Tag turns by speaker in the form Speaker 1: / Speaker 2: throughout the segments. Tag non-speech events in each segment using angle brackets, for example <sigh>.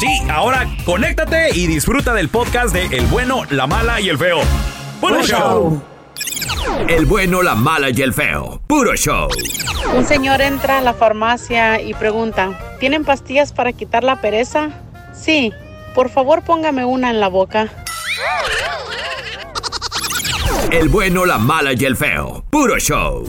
Speaker 1: Sí, ahora conéctate y disfruta del podcast de El bueno, la mala y el feo. Buen show.
Speaker 2: El bueno, la mala y el feo. Puro show.
Speaker 3: Un señor entra a la farmacia y pregunta, ¿tienen pastillas para quitar la pereza? Sí, por favor póngame una en la boca.
Speaker 2: El bueno, la mala y el feo. Puro show.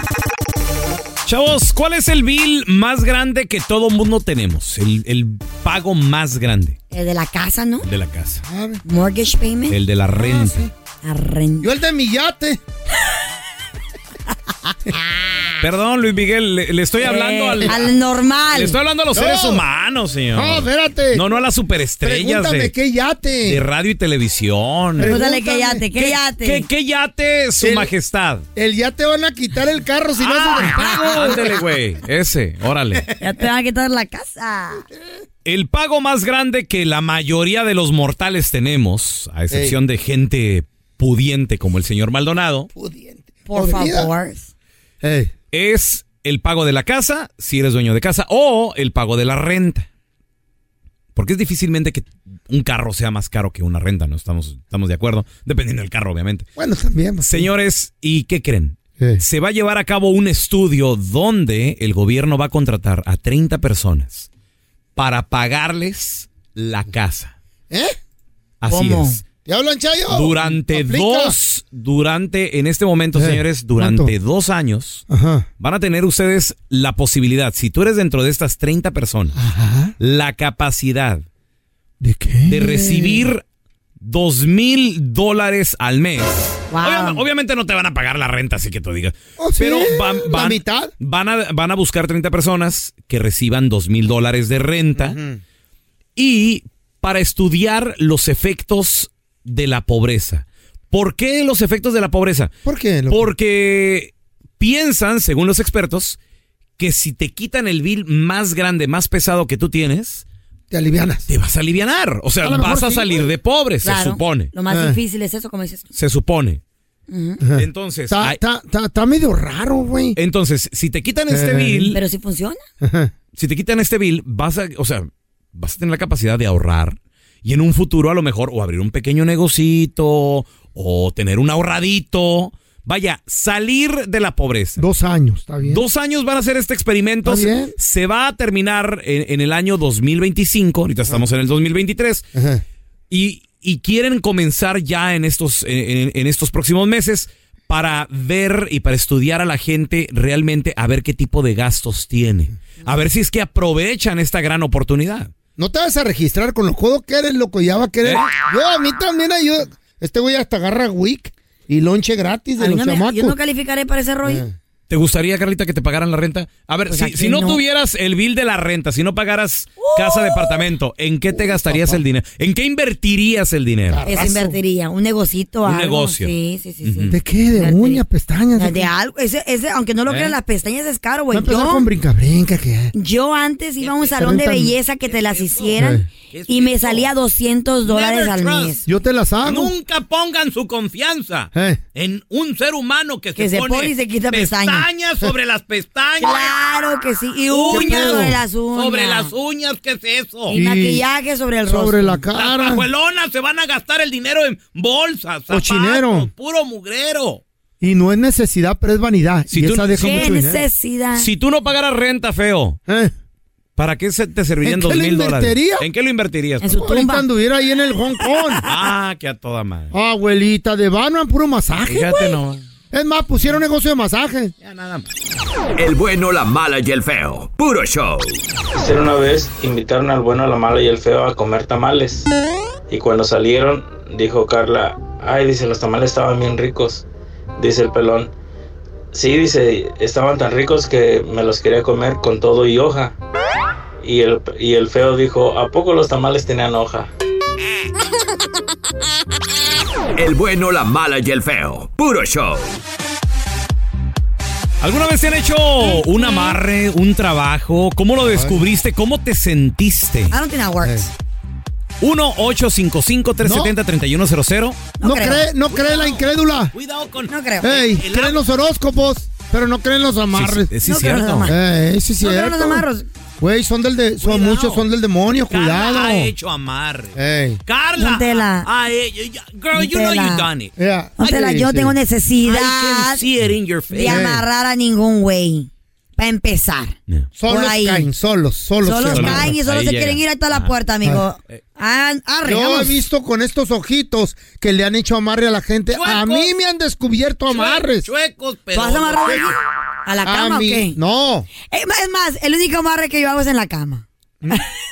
Speaker 4: Chavos, ¿cuál es el bill más grande que todo mundo tenemos? El, el pago más grande
Speaker 5: El de la casa, ¿no?
Speaker 4: de la casa.
Speaker 5: Mortgage payment.
Speaker 4: El de la renta.
Speaker 5: La renta.
Speaker 6: Yo el de mi yate.
Speaker 4: Perdón, Luis Miguel, le, le estoy hablando al,
Speaker 5: Eh, al normal.
Speaker 4: le estoy hablando a los seres humanos, señor.
Speaker 6: No, espérate.
Speaker 4: No, no a las superestrellas de,
Speaker 6: qué
Speaker 4: de
Speaker 6: yate.
Speaker 4: radio y
Speaker 6: Pues
Speaker 4: televisión.
Speaker 5: Pregúntale qué yate, qué yate.
Speaker 4: ¿Qué, qué yate, su
Speaker 6: El- <laughs>
Speaker 4: majestad?
Speaker 6: El yate van a quitar el carro si
Speaker 4: Ah, ándele, güey. Ese, órale.
Speaker 5: Ya te van a quitar la casa.
Speaker 4: El pago más grande que la mayoría de los mortales tenemos, a excepción de gente pudiente como el señor Maldonado,
Speaker 5: Por favor.
Speaker 4: es el pago de la casa, si eres dueño de casa, o el pago de la renta. Porque es difícilmente que un carro sea más caro que una renta, ¿no? Estamos, estamos de acuerdo, dependiendo del carro, obviamente.
Speaker 6: Bueno, también. pues,
Speaker 4: Señores, ¿y qué creen?
Speaker 6: ¿Qué?
Speaker 4: Se va a llevar a cabo un estudio donde el gobierno va a contratar a 30 personas para pagarles la casa.
Speaker 6: ¿Eh?
Speaker 4: ah, Así
Speaker 5: ¿Cómo?
Speaker 4: es.
Speaker 6: ¿Te hablan, Chayo?
Speaker 4: Durante dos, durante, en este momento,
Speaker 6: Eh,
Speaker 4: señores, durante
Speaker 6: ¿cuánto?
Speaker 4: dos años,
Speaker 6: Ajá.
Speaker 4: van a tener ustedes la posibilidad, si tú eres dentro de estas 30 personas,
Speaker 6: Ajá.
Speaker 4: la capacidad
Speaker 6: ¿De qué?
Speaker 4: de recibir dos mil dólares al mes.
Speaker 5: Wow.
Speaker 4: Obvia- Obviamente no te van a pagar la renta, así que tú digas.
Speaker 6: Oh, sí,
Speaker 4: Pero van,
Speaker 6: la
Speaker 4: van-
Speaker 6: mitad.
Speaker 4: Van a, van a buscar 30 personas que reciban dos mil dólares de renta y para estudiar los efectos de la pobreza. ¿Por qué los efectos de la pobreza?
Speaker 6: ¿Por qué? loco?
Speaker 4: Porque piensan, según los expertos, que si te quitan el bill más grande, más pesado que tú tienes,
Speaker 6: Te alivianas.
Speaker 4: te vas a aliviar. O sea,
Speaker 6: A lo mejor
Speaker 4: vas a
Speaker 6: sí,
Speaker 4: salir
Speaker 6: güey.
Speaker 4: de pobre, se
Speaker 5: Claro.
Speaker 4: supone.
Speaker 5: Lo más
Speaker 6: Ah.
Speaker 5: difícil es eso, como dices tú.
Speaker 4: Se supone. Entonces,
Speaker 6: Está,
Speaker 4: ay-
Speaker 6: está, está, está medio raro, güey.
Speaker 4: entonces, si te quitan este
Speaker 6: Eh.
Speaker 4: bill,
Speaker 5: Pero si funciona.
Speaker 6: Ajá.
Speaker 4: si te quitan este bill, vas a, o sea, vas a tener la capacidad de ahorrar y en un futuro a lo mejor o abrir un pequeño negocito o tener un ahorradito. Vaya, salir de la pobreza.
Speaker 6: Dos años, está bien.
Speaker 4: Dos años van a hacer este experimento.
Speaker 6: Está
Speaker 4: Se,
Speaker 6: bien.
Speaker 4: se va a terminar en, en el año 2025. Ahorita estamos en el 2023.
Speaker 6: Ajá.
Speaker 4: Y, y quieren comenzar ya en estos, en, en- en estos próximos meses para ver y para estudiar a la gente realmente a ver qué tipo de gastos tiene. A ver si es que aprovechan esta gran oportunidad.
Speaker 6: No te vas a registrar con los codos que eres, loco. Ya va a querer.
Speaker 4: ¿Eh?
Speaker 6: Yo, a mí también ayuda. Este güey hasta agarra WIC y lonche gratis de
Speaker 5: A mí
Speaker 6: los
Speaker 5: no me-
Speaker 6: chamacos. Eh.
Speaker 5: yo no calificaré para ese rollo.
Speaker 4: ¿Te gustaría, Carlita, que te pagaran la renta? A ver,
Speaker 5: Pues, ¿a
Speaker 4: si,
Speaker 5: quién
Speaker 4: si no,
Speaker 5: no?
Speaker 4: tuvieras el bill de la renta, si no pagaras casa, departamento, ¿en qué
Speaker 5: Uh,
Speaker 4: te gastarías el dinero? ¿En qué invertirías el dinero?
Speaker 5: Eso invertiría. Un negocito,
Speaker 4: Un
Speaker 5: algo.
Speaker 4: negocio.
Speaker 5: Sí, sí, sí. sí.
Speaker 4: Ujú.
Speaker 6: ¿De qué? ¿De
Speaker 5: Invertiría.
Speaker 6: uñas, pestañas?
Speaker 5: De,
Speaker 6: ¿De qué?
Speaker 5: algo. Ese, ese, aunque no lo
Speaker 4: ¿Eh?
Speaker 5: crean, las pestañas es caro,
Speaker 6: Va a
Speaker 5: güey.
Speaker 6: empezar
Speaker 5: Yo-
Speaker 6: con brinca, brinca. que
Speaker 5: Yo antes iba a un salón de
Speaker 6: rentan-
Speaker 5: belleza que te las hicieran y me salía 200 dólares al
Speaker 4: trust.
Speaker 5: mes.
Speaker 6: Yo te las hago.
Speaker 4: Nunca pongan su confianza
Speaker 6: Eh.
Speaker 4: en un ser humano que,
Speaker 5: Que se pone y se quita pestañas. <laughs>
Speaker 4: sobre las pestañas,
Speaker 5: Claro que sí. Y
Speaker 4: Uy,
Speaker 5: uñas
Speaker 6: pedo.
Speaker 5: sobre las uñas.
Speaker 4: uñas, ¿qué es eso?
Speaker 5: Y
Speaker 6: Sí.
Speaker 5: maquillaje sobre el rostro.
Speaker 6: Sobre la cara.
Speaker 4: pajuelonas se van a gastar el dinero en bolsas,
Speaker 6: Cochinero.
Speaker 4: puro mugrero.
Speaker 6: Y no es necesidad, pero es vanidad.
Speaker 4: Si
Speaker 6: y
Speaker 4: tú-
Speaker 6: esa deja
Speaker 5: Qué
Speaker 6: mucho dinero.
Speaker 5: necesidad.
Speaker 4: Si tú no pagaras renta, feo,
Speaker 6: Eh,
Speaker 4: ¿Para qué se te servirían
Speaker 6: ¿En qué
Speaker 4: dos
Speaker 6: lo
Speaker 4: mil dólares?
Speaker 6: invertiría?
Speaker 4: ¿En qué lo invertirías?
Speaker 5: En su
Speaker 4: papá?
Speaker 6: Ahorita
Speaker 5: tumba.
Speaker 6: anduviera ahí en el Hong Kong.
Speaker 4: <laughs> Ah, que a toda madre.
Speaker 6: Abuelita de Banman, puro masaje,
Speaker 4: Fíjate
Speaker 6: güey.
Speaker 4: nomás.
Speaker 6: Es más, pusieron negocio de masaje.
Speaker 4: Ya nada más.
Speaker 2: El bueno, la mala y el feo. Puro show.
Speaker 7: Hacer una vez invitaron al bueno, la mala y el feo a comer tamales. Y cuando salieron, dijo Carla, ay, dice, los tamales estaban bien ricos. Dice el pelón, sí, dice, estaban tan ricos que me los quería comer con todo y hoja. Y el, y el feo dijo, ¿a poco los tamales tenían hoja?
Speaker 2: El bueno, la mala y el feo. Puro show.
Speaker 4: ¿Alguna vez te han hecho un amarre, un trabajo? ¿Cómo lo descubriste? ¿Cómo te sentiste?
Speaker 6: Ah.
Speaker 5: I don't think that works.
Speaker 4: 1-855-370-3100.
Speaker 6: No,
Speaker 5: No
Speaker 6: cree,
Speaker 5: creo.
Speaker 6: no cree la incrédula.
Speaker 4: Cuidado con.
Speaker 5: No creo.
Speaker 6: Ey,
Speaker 4: El
Speaker 6: creen
Speaker 4: agua.
Speaker 6: los horóscopos, pero no creen los amarres.
Speaker 4: Sí, sí,
Speaker 5: No creo
Speaker 4: cierto.
Speaker 5: nada más.
Speaker 6: Ey, sí,
Speaker 5: No creo
Speaker 6: cierto.
Speaker 5: los amarros.
Speaker 6: Güey, son del de, son
Speaker 4: Cuidado.
Speaker 6: muchos son del demonio, cuidado. Eh.
Speaker 4: Carla ha hecho amarre.
Speaker 6: Ey.
Speaker 4: Carla.
Speaker 5: Don Tela.
Speaker 4: Ay, ay, ay, girl, you know you
Speaker 5: Tela.
Speaker 4: done it.
Speaker 6: Yeah.
Speaker 5: No, Tela, yo
Speaker 6: Sí,
Speaker 5: tengo
Speaker 6: sí.
Speaker 4: I
Speaker 5: necesidad
Speaker 4: can see it in your face.
Speaker 5: de amarrar a ningún güey. Para empezar.
Speaker 4: Yeah.
Speaker 5: Por
Speaker 6: Solos
Speaker 5: ahí.
Speaker 6: caen, solos, solos.
Speaker 5: Solos
Speaker 6: se van.
Speaker 5: caen y solo
Speaker 4: Ahí
Speaker 5: se
Speaker 4: llega.
Speaker 5: quieren ir a toda la puerta, amigo. Ah, arre,
Speaker 6: Yo
Speaker 5: <laughs>
Speaker 6: he
Speaker 5: vamos.
Speaker 6: visto con estos ojitos que le han hecho amarre a la gente. A
Speaker 4: Chuecos.
Speaker 6: mí me han descubierto amarres.
Speaker 4: Chuecos,
Speaker 5: ¿Tú
Speaker 4: pero.
Speaker 5: vas a amarrar a alguien? ¿A la
Speaker 6: A
Speaker 5: cama
Speaker 6: mí-
Speaker 5: o qué?
Speaker 6: No,
Speaker 5: Eh, ma- Es más, el único amarre que yo hago es en la cama.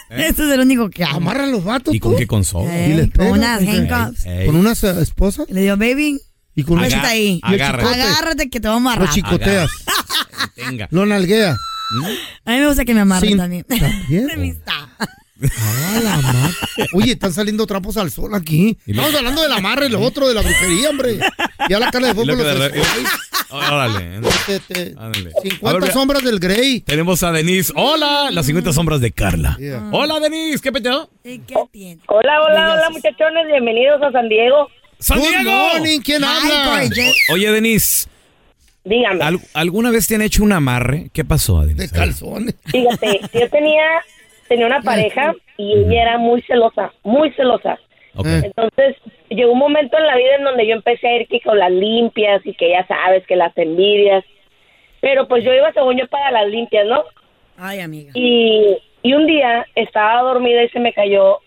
Speaker 5: Este es el único que hago.
Speaker 6: amarra a los vatos.
Speaker 4: ¿Y con
Speaker 6: tú.
Speaker 4: qué consola?
Speaker 5: Eh,
Speaker 6: Y les
Speaker 5: con
Speaker 6: pegas,
Speaker 5: unas
Speaker 6: ¿con qué?
Speaker 5: handcuffs.
Speaker 4: Ey.
Speaker 6: Con unas eh, esposas.
Speaker 5: Le digo, baby,
Speaker 6: Y con unas
Speaker 5: Agar-
Speaker 6: chicoteas.
Speaker 5: ahí.
Speaker 6: Y el
Speaker 4: Agárrate.
Speaker 6: chicote.
Speaker 5: agárrate que te vamos a
Speaker 6: Lo
Speaker 5: amarrar.
Speaker 6: chicoteas.
Speaker 4: Tenga.
Speaker 6: Lo nalguea.
Speaker 5: <laughs> A mí me gusta Mm. que me amarren
Speaker 6: Sin-
Speaker 5: también.
Speaker 6: ¿También?
Speaker 5: De amistad.
Speaker 6: Ah, la ma- Oye, están saliendo trapos al sol aquí. Estamos hablando del amarre, lo otro de la brujería, hombre. Ya la cara de
Speaker 4: <laughs> Y
Speaker 6: fuego
Speaker 4: lo que
Speaker 6: los
Speaker 4: de-
Speaker 6: tres- <laughs>
Speaker 4: <laughs> Órale.
Speaker 6: Te- te-
Speaker 4: Ándale.
Speaker 6: 50
Speaker 4: A ver,
Speaker 6: Este, sombras del Grey.
Speaker 4: Tenemos a Denise. Hola, las 50 sombras de Carla.
Speaker 6: Yeah.
Speaker 4: Hola, Denise, ¿qué peteo?
Speaker 5: ¿Y ¿Qué tiene?
Speaker 8: Hola, hola, hola muchachones, bienvenidos a San Diego.
Speaker 4: ¡San
Speaker 6: Good
Speaker 4: Diego!
Speaker 6: morning, ¿quién habla?
Speaker 5: Ay, Corey,
Speaker 4: O- Oye, Denise,
Speaker 8: Dígame,
Speaker 4: ¿al- ¿alguna vez te han hecho un amarre? ¿Qué pasó, Denise?
Speaker 6: De calzones.
Speaker 8: fíjate, yo tenía, tenía una pareja y ella era muy celosa, muy celosa.
Speaker 4: Ok.
Speaker 6: Eh.
Speaker 8: Entonces, llegó un momento en la vida en donde yo empecé a ir que con las limpias y que ya sabes que las envidias. Pero pues yo iba según yo para las limpias, ¿no?
Speaker 5: <laughs> Ay, amiga.
Speaker 8: Y, y un día estaba dormida y se me cayó,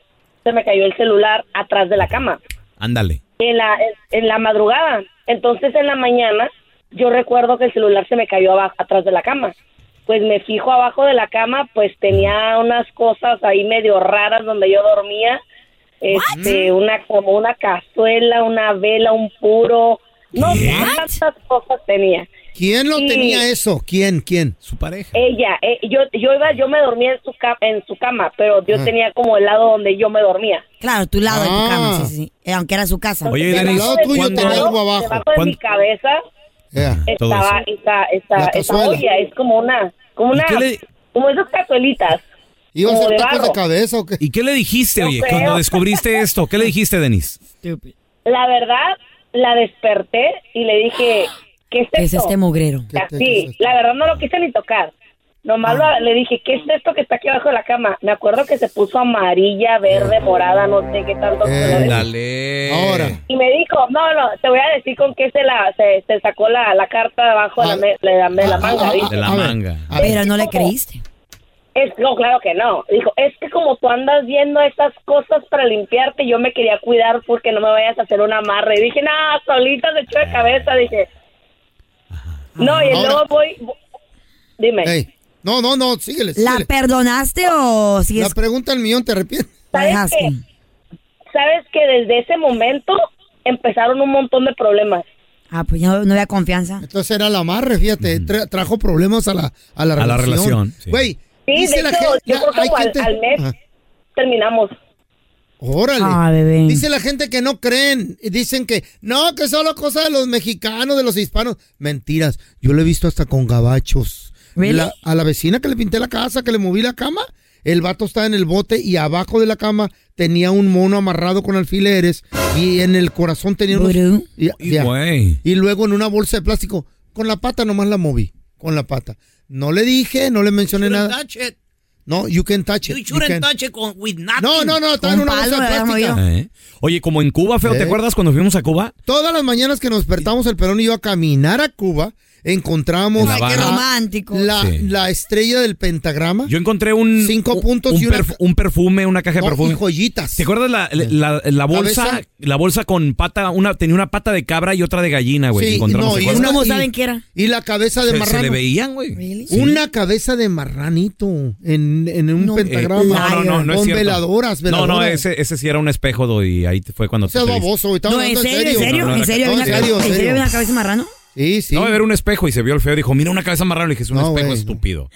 Speaker 8: se me cayó el celular atrás de la cama.
Speaker 4: Ándale.
Speaker 8: en la, en la madrugada. Entonces en la mañana yo recuerdo que el celular se me cayó abajo, atrás de la cama. Pues me fijo abajo de la cama, pues tenía unas cosas ahí medio raras donde yo dormía. Este, una como una cazuela, una vela, un puro. No, tantas cosas tenía.
Speaker 6: ¿Quién lo
Speaker 8: Sí.
Speaker 6: tenía eso? ¿Quién? ¿Quién?
Speaker 4: Su pareja.
Speaker 8: Ella, eh, yo, yo iba, yo me dormía en su cama, en su cama, pero
Speaker 4: Ah.
Speaker 8: yo tenía como el lado donde yo me dormía.
Speaker 5: Claro, tu lado de tu
Speaker 6: Ah.
Speaker 5: cama, sí, sí, sí. Eh, aunque era su casa.
Speaker 4: Oye,
Speaker 8: Del
Speaker 4: Denise,
Speaker 6: lado tuyo
Speaker 4: cuando-
Speaker 6: tenía algo abajo.
Speaker 8: Debajo de mi
Speaker 4: ¿Cuándo-
Speaker 8: cabeza
Speaker 6: Yeah.
Speaker 4: todo
Speaker 8: estaba
Speaker 4: eso.
Speaker 8: esta,
Speaker 6: La
Speaker 8: esta, esta
Speaker 6: cazuela.
Speaker 8: olla, es como una, como
Speaker 4: ¿Y
Speaker 8: una,
Speaker 4: qué le-
Speaker 8: como esas cazuelitas.
Speaker 6: ¿Iba a
Speaker 8: como
Speaker 6: hacer
Speaker 8: de
Speaker 6: tacos de
Speaker 8: barro.
Speaker 6: cabeza o qué?
Speaker 4: ¿Y qué le dijiste,
Speaker 8: No
Speaker 4: oye?
Speaker 8: creo.
Speaker 4: Cuando descubriste esto, ¿qué le dijiste, Denise?
Speaker 8: La verdad, la desperté y le dije, ¿qué es
Speaker 5: ¿Qué es
Speaker 8: esto?
Speaker 5: este mugrero?
Speaker 6: ¿Qué- qué- qué es
Speaker 8: Sí,
Speaker 6: esto?
Speaker 8: la verdad no lo quise ni tocar. Nomás
Speaker 4: Ah.
Speaker 8: lo- le dije, ¿qué es esto que está aquí abajo de la cama? Me acuerdo que se puso amarilla,
Speaker 4: Eh.
Speaker 8: verde, morada, no sé qué tanto.
Speaker 6: Eh,
Speaker 4: Ándale.
Speaker 6: Ahora.
Speaker 8: Y me dijo, no, no, te voy a decir con qué se la se, se sacó la, la carta debajo de la, me- de la- de la manga. dice.
Speaker 4: Ah. De la
Speaker 6: A ver,
Speaker 4: manga.
Speaker 6: a ver.
Speaker 5: Pero no le creíste.
Speaker 8: Es, no, claro que no. Dijo, es que como tú andas viendo esas cosas para limpiarte, yo me quería cuidar porque no me vayas a hacer un amarre. Y dije, no, solita se echó de cabeza, dije. No, y
Speaker 6: Ahora-
Speaker 8: luego voy... vo- Dime,
Speaker 6: Ey. No, no, no, síguele.
Speaker 5: ¿La
Speaker 6: síguele.
Speaker 5: perdonaste o
Speaker 6: La,
Speaker 5: sigues
Speaker 6: pregunta al millón, ¿te arrepientes?
Speaker 5: la
Speaker 8: ¿sabes
Speaker 5: dejaste?
Speaker 8: qué? ¿sabes que desde ese momento empezaron un montón de problemas?
Speaker 5: Ah, pues ya no, no había confianza.
Speaker 6: Entonces era la amarre, fíjate, tra- trajo problemas a la, a la
Speaker 4: Mm. A la
Speaker 6: relación.
Speaker 4: relación, sí.
Speaker 6: Güey,
Speaker 8: Sí,
Speaker 6: dice
Speaker 8: de
Speaker 6: la
Speaker 8: hecho,
Speaker 6: gente...
Speaker 8: yo
Speaker 6: ya,
Speaker 8: creo que
Speaker 6: hay
Speaker 8: como al-
Speaker 6: gente-
Speaker 8: al mes
Speaker 6: Ajá.
Speaker 8: terminamos.
Speaker 6: Órale.
Speaker 5: Ah, bebé.
Speaker 6: Dice la gente que no creen. y Dicen que no, que solo cosa de los mexicanos, de los hispanos. Mentiras. Yo lo he visto hasta con gabachos.
Speaker 5: Really?
Speaker 6: La- a la vecina que le pinté la casa, que le moví la cama, el vato estaba en el bote y abajo de la cama tenía un mono amarrado con alfileres y en el corazón tenía unos-
Speaker 5: Vudú.
Speaker 6: y,
Speaker 4: Y,
Speaker 6: ya.
Speaker 4: güey.
Speaker 6: Y luego en una bolsa de plástico, con la pata nomás la moví, con la pata. No le dije, no le mencioné nada. No, you can touch it. You can- No, no, no, estaba en
Speaker 5: Con
Speaker 6: una
Speaker 5: palo
Speaker 6: bolsa de
Speaker 5: la habíamos
Speaker 6: plástica.
Speaker 5: movido.
Speaker 4: Eh. Oye, como en Cuba, feo, ¿te
Speaker 6: Eh.
Speaker 4: acuerdas cuando fuimos a Cuba?
Speaker 6: Todas las mañanas que nos despertamos el Perón y yo a caminar a Cuba, encontramos
Speaker 4: En La Habana.
Speaker 5: romántico.
Speaker 6: La,
Speaker 4: Sí.
Speaker 6: la estrella del pentagrama.
Speaker 4: Yo encontré un.
Speaker 6: Cinco puntos
Speaker 4: un,
Speaker 6: y una
Speaker 4: perf- un perfume, una caja de
Speaker 6: No, y
Speaker 4: perfume.
Speaker 6: joyitas.
Speaker 4: ¿Te acuerdas la, la- la- la bolsa?
Speaker 6: Cabeza.
Speaker 4: La bolsa con pata, una, tenía una pata de cabra y otra de gallina, güey.
Speaker 6: Sí,
Speaker 4: que encontramos,
Speaker 6: no,
Speaker 4: ¿te
Speaker 6: y
Speaker 4: acuerdas?
Speaker 6: una- y- Y la cabeza de
Speaker 4: Se- se
Speaker 6: marrano.
Speaker 4: le veían, güey.
Speaker 6: Una cabeza de marranito en, en un
Speaker 4: Eh,
Speaker 6: pentagrama.
Speaker 4: no, no, no, no es
Speaker 6: Con
Speaker 4: cierto.
Speaker 6: veladoras, veladoras.
Speaker 4: No, no, ese, ese sí era un espejo, do, y ahí fue cuando
Speaker 6: Seas
Speaker 4: te viste.
Speaker 6: baboso, güey. estamos
Speaker 5: No, en
Speaker 6: hablando
Speaker 5: serio, en serio,
Speaker 4: No, no,
Speaker 5: en
Speaker 4: no,
Speaker 5: serio,
Speaker 4: no,
Speaker 5: había
Speaker 4: en
Speaker 5: una-
Speaker 4: serio,
Speaker 5: ¿en
Speaker 4: en
Speaker 5: serio
Speaker 4: serio.
Speaker 5: había una cabeza de marrano?
Speaker 6: Sí, sí.
Speaker 4: No, era un espejo y se vio el feo. Dijo, mira una cabeza marrano. Le dije, es un
Speaker 6: No,
Speaker 4: espejo
Speaker 6: güey.
Speaker 4: estúpido.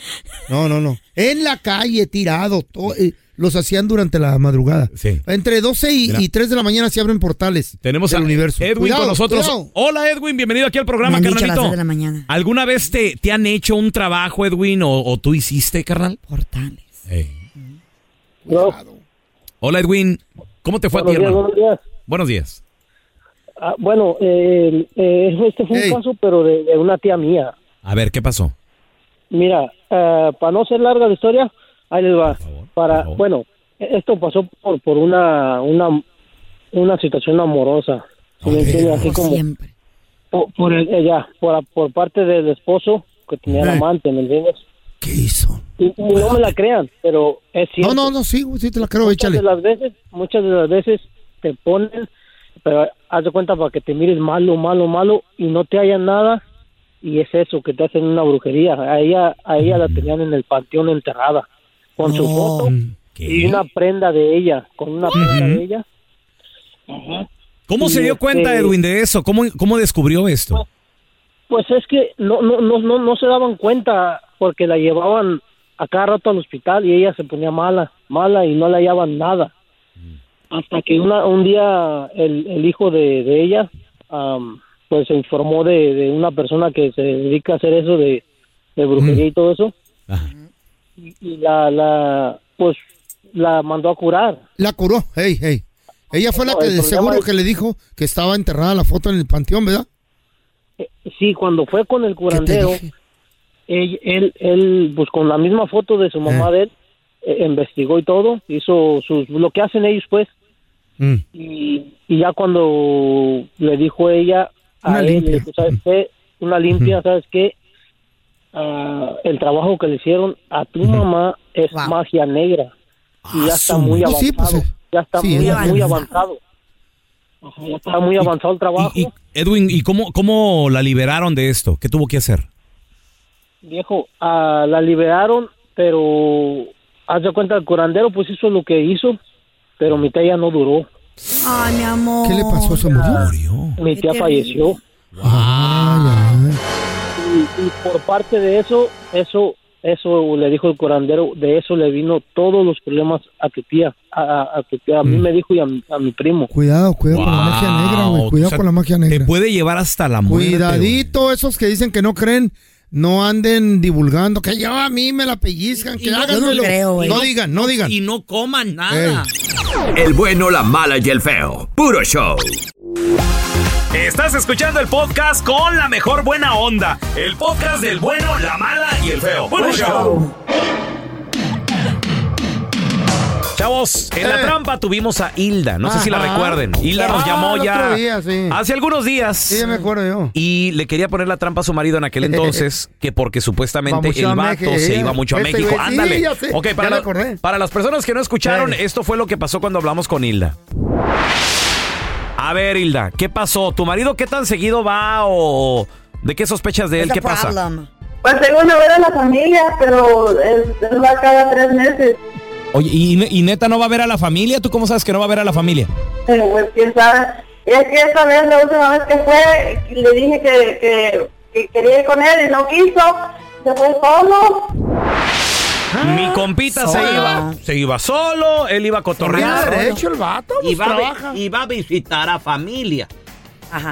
Speaker 6: No, no, no. En la calle, tirado. to- eh, los hacían durante la madrugada.
Speaker 4: Sí.
Speaker 6: Entre 12 y,
Speaker 4: Mira.
Speaker 6: y 3 de la mañana se abren portales.
Speaker 4: Tenemos
Speaker 6: del
Speaker 4: a
Speaker 6: universo.
Speaker 4: Edwin
Speaker 6: Cuidado,
Speaker 4: con nosotros.
Speaker 6: cuidado.
Speaker 4: Hola, Edwin. Bienvenido aquí al programa,
Speaker 5: Me han dicho a las
Speaker 4: carnalito.
Speaker 5: dos de la mañana.
Speaker 4: ¿Alguna vez te, te han hecho un trabajo, Edwin, o, o tú hiciste, carnal?
Speaker 5: Portales.
Speaker 4: Hola, Edwin. ¿Cómo te fue
Speaker 9: Buenos
Speaker 4: a ti,
Speaker 9: días,
Speaker 4: hermano?
Speaker 9: buenos días.
Speaker 4: Buenos días.
Speaker 9: Ah, bueno, eh, eh, este fue un caso, pero de, de una tía mía.
Speaker 4: A ver, ¿qué pasó?
Speaker 9: Mira, ah, para no ser larga la historia, ahí les va. para, bueno, e, esto pasó por, por una, una, una situación amorosa. ¿sí me entiendes? Así como- Por, por el- ella, por, por parte del esposo que tenía el
Speaker 6: Eh.
Speaker 9: amante, ¿me entiendes?
Speaker 6: ¿Qué hizo?
Speaker 9: Y, y no me la crean, pero es
Speaker 6: No,
Speaker 9: cierto.
Speaker 6: no, no, sí, güey, sí te la creo,
Speaker 9: muchas
Speaker 6: échale.
Speaker 9: de las veces, muchas de las veces te ponen, pero haz de cuenta para que te mires malo, malo, malo y no te hayan nada y es eso que te hacen una brujería. A ella, a ella
Speaker 6: Mm.
Speaker 9: la tenían en el panteón enterrada con su foto
Speaker 6: Mm.
Speaker 9: y una prenda de ella, con una prenda de ella.
Speaker 4: ¿Cómo
Speaker 9: Y
Speaker 4: se dio
Speaker 9: este-
Speaker 4: cuenta, Edwin, de eso? ¿Cómo, cómo descubrió esto?
Speaker 9: Pues es que no, no, no, no, no se daban cuenta porque la llevaban a cada rato al hospital y ella se ponía mala, mala y no le hallaban nada. Hasta que una, un día el, el hijo de, de ella am, pues se informó de, de una persona que se dedica a hacer eso de, de brujería y todo eso. Y, y la, la, pues la mandó a curar.
Speaker 6: La curó, hey, hey. Ella fue la
Speaker 9: No,
Speaker 6: que
Speaker 9: el
Speaker 6: de
Speaker 9: problema
Speaker 6: seguro
Speaker 9: es-
Speaker 6: que le dijo que estaba enterrada la foto en el panteón, ¿verdad?
Speaker 9: Eh, Sí, cuando fue con el curandero,
Speaker 6: dije?
Speaker 9: él, él, él, pues con la misma foto de su
Speaker 6: Ah.
Speaker 9: mamá de él, eh, investigó y todo, hizo sus, lo que hacen ellos pues, y, y ya cuando le dijo ella a
Speaker 10: Una
Speaker 9: él,
Speaker 10: limpia.
Speaker 9: le dijo, ¿sabes qué? Una limpia, ¿sabes qué? Ah, el trabajo que le hicieron a tu mamá es magia negra y ya está muy
Speaker 6: Oh,
Speaker 9: avanzado,
Speaker 6: sí, pues, eh,
Speaker 9: ya está
Speaker 6: sí,
Speaker 9: muy,
Speaker 6: es
Speaker 9: muy
Speaker 6: avanzado.
Speaker 9: avanzado, Ajá, ya está muy avanzado el trabajo.
Speaker 4: Y, Edwin, ¿y cómo, cómo la liberaron de esto? ¿Qué tuvo que hacer?
Speaker 9: Viejo, ah, la liberaron, pero haz de cuenta, el curandero pues hizo lo que hizo, pero mi tía ya no duró.
Speaker 5: Ay, mi amor.
Speaker 6: ¿Qué le pasó? ¿Se murió?
Speaker 9: Mi tía
Speaker 5: terrible.
Speaker 9: falleció. Y, y por parte de eso, eso, eso le dijo el curandero, de eso le vino todos los problemas a tu tía, a, a- a tu tía, a
Speaker 6: Mm.
Speaker 9: mí me dijo y a, mi- a mi primo.
Speaker 6: Cuidado, cuidado con la
Speaker 4: Wow.
Speaker 6: magia negra, güey.
Speaker 4: O
Speaker 6: Cuidado
Speaker 4: sea,
Speaker 6: con la magia
Speaker 4: Te
Speaker 6: negra.
Speaker 4: puede llevar hasta la muerte. güey.
Speaker 6: Cuidadito, esos que dicen que no creen, no anden divulgando, que yo a mí me la pellizcan, que
Speaker 4: Y no-
Speaker 6: háganmelo.
Speaker 4: yo no creo, güey.
Speaker 6: No digan, no digan.
Speaker 4: Y no coman nada.
Speaker 2: El bueno, la mala y el feo. Puro show.
Speaker 11: Estás escuchando el podcast con la mejor buena onda. El podcast del bueno, la mala y el feo. Bueno, show. Chavos, en la trampa tuvimos a Hilda. No sé si la
Speaker 6: Eh. Ajá.
Speaker 11: recuerden. Hilda nos
Speaker 6: Ah,
Speaker 11: llamó
Speaker 6: el
Speaker 11: ya.
Speaker 6: otro día, sí.
Speaker 11: Hace algunos días.
Speaker 6: Sí, ya me acuerdo yo.
Speaker 11: Y le quería poner la trampa a su marido
Speaker 6: <laughs>
Speaker 11: en aquel entonces, que porque supuestamente
Speaker 6: Vamos
Speaker 11: el
Speaker 6: a
Speaker 11: vato
Speaker 6: México.
Speaker 11: se iba mucho a
Speaker 6: Este
Speaker 11: México.
Speaker 6: güey, sí,
Speaker 11: Ándale.
Speaker 6: ya sé,
Speaker 11: ok,
Speaker 6: ya
Speaker 11: para,
Speaker 6: me
Speaker 11: lo-
Speaker 6: acordé.
Speaker 11: para las personas que no escucharon,
Speaker 6: Sí.
Speaker 11: esto fue lo que pasó cuando hablamos con Hilda. A ver, Hilda, ¿qué pasó? ¿Tu marido qué tan seguido va o de qué sospechas de él? Este, ¿Qué pasa?
Speaker 12: Pues según no ver a la familia, pero él, él va cada tres meses.
Speaker 4: Oye, ¿y, ne- y neta no va a ver a la familia? ¿Tú cómo sabes que no va a ver a la familia?
Speaker 12: Pero pues quién sabe. Y es que esta vez, la última vez que fue, le dije que, que- que quería ir con él y no quiso. Se fue solo.
Speaker 11: Mi compita se iba, se iba solo, él iba a cotorrear.
Speaker 6: el vato,
Speaker 13: y va, a vi- y va a visitar a familia.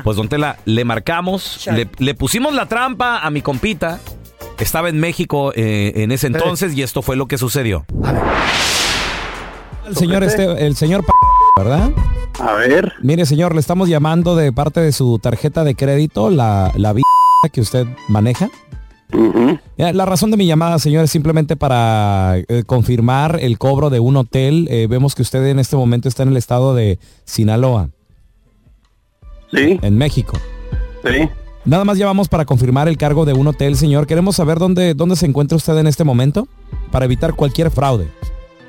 Speaker 11: Pues don Tela, le marcamos, le, le pusimos la trampa a mi compita. Estaba en México eh, en ese entonces y esto fue lo que sucedió.
Speaker 14: El señor este, el señor P- ¿verdad?
Speaker 15: A ver.
Speaker 14: Mire, señor, le estamos llamando de parte de su tarjeta de crédito, la, la vi- que usted maneja. Mira, La razón de mi llamada, señor, es simplemente para eh, confirmar el cobro de un hotel. Eh, vemos que usted en este momento está en el estado de Sinaloa.
Speaker 15: Sí.
Speaker 14: En México.
Speaker 15: Sí.
Speaker 16: Nada más llamamos para confirmar el cargo de un hotel, señor. Queremos saber dónde, dónde se encuentra usted en este momento para evitar cualquier fraude.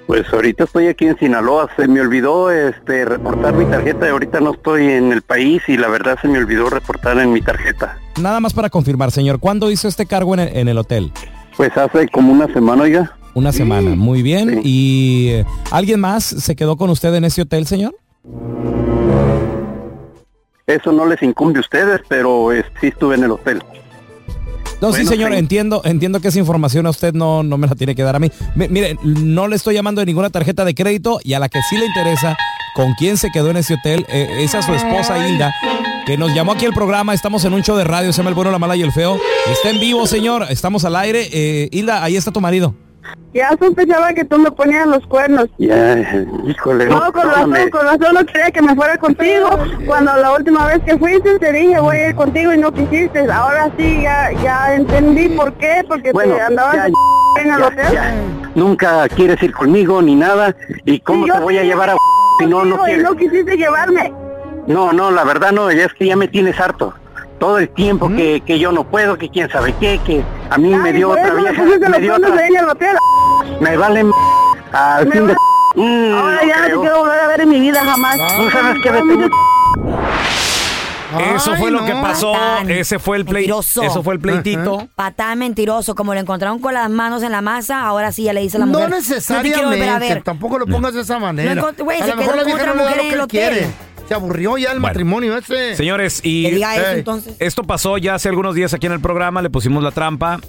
Speaker 14: Pues ahorita estoy aquí en Sinaloa, se me olvidó este reportar mi tarjeta, ahorita no estoy en el país y la verdad se me olvidó reportar en mi tarjeta.
Speaker 16: Nada más para confirmar, señor. ¿Cuándo hizo este cargo en el, en el hotel?
Speaker 14: Pues hace como una semana ya.
Speaker 16: Una semana, muy bien. ¿Y eh, alguien más se quedó con usted en ese hotel, señor?
Speaker 14: Eso no les incumbe a ustedes, pero eh, sí estuve en el hotel.
Speaker 16: No, sí,
Speaker 14: Bueno,
Speaker 16: señor,
Speaker 14: sí.
Speaker 16: entiendo, entiendo que esa información a usted no, no me la tiene que dar a mí. Mi- mire, no le estoy llamando de ninguna tarjeta de crédito y a la que sí le interesa con quién se quedó en ese hotel eh, es a su esposa Hilda, que nos llamó aquí el programa. Estamos en un show de radio, se llama El Bueno, la Mala y el Feo. Está en vivo, señor, estamos al aire. Eh, Hilda, ahí está tu marido.
Speaker 12: Ya sospechaba que tú me ponías los cuernos.
Speaker 14: Ya, híjole.
Speaker 12: No, con razón,
Speaker 14: perdóname.
Speaker 12: con razón no quería que me fuera contigo. Cuando la última vez que fuiste te dije voy a ir contigo y no quisiste. Ahora sí, ya, ya entendí por qué, porque
Speaker 14: Bueno,
Speaker 12: te andabas
Speaker 14: ya,
Speaker 12: en el
Speaker 14: ya,
Speaker 12: hotel.
Speaker 14: ya. Nunca quieres ir conmigo ni nada. ¿Y cómo
Speaker 12: Y yo
Speaker 14: te voy a
Speaker 12: sí,
Speaker 14: llevar a <laughs> si no, no
Speaker 12: Digo, y
Speaker 14: quieres?
Speaker 12: no quisiste llevarme.
Speaker 14: No, no, la verdad no, ya es que ya me tienes harto. Todo el tiempo que, que yo no puedo, que quién sabe qué, que a mí me
Speaker 12: Ay,
Speaker 14: dio
Speaker 12: por
Speaker 14: otra
Speaker 12: eso me
Speaker 14: vieja, me
Speaker 12: pusiste los
Speaker 14: dio
Speaker 12: cuernos
Speaker 14: otra-
Speaker 12: ahí en el hotel.
Speaker 14: me vale m- al fin de... Mm,
Speaker 12: Ahora ya no te
Speaker 14: creo.
Speaker 12: quiero volver a ver en mi vida jamás.
Speaker 14: ¿Tú sabes qué?
Speaker 12: No,
Speaker 14: Vete-
Speaker 4: Eso fue lo que pasó. Ese fue el pleito.
Speaker 5: Mentiroso.
Speaker 4: Eso fue el pleitito.
Speaker 5: Patán mentiroso. Como lo encontraron con las manos en la masa, ahora sí ya le dice a la
Speaker 6: No
Speaker 5: mujer. te quiero volver a
Speaker 6: necesariamente,
Speaker 5: ver".
Speaker 6: tampoco lo pongas de esa manera.
Speaker 5: No encont- güey,
Speaker 6: a
Speaker 5: se
Speaker 6: lo mejor
Speaker 5: quedó
Speaker 6: la
Speaker 5: con
Speaker 6: vieja
Speaker 5: otra
Speaker 6: no le da
Speaker 5: mujer en
Speaker 6: lo que
Speaker 5: el
Speaker 6: él
Speaker 5: hotel.
Speaker 6: quiere. Se aburrió ya el
Speaker 4: Bueno.
Speaker 6: matrimonio ese.
Speaker 4: Señores, y
Speaker 6: Que diga eso,
Speaker 4: Ey.
Speaker 6: entonces.
Speaker 4: esto pasó ya hace algunos días aquí en el programa, le pusimos la trampa.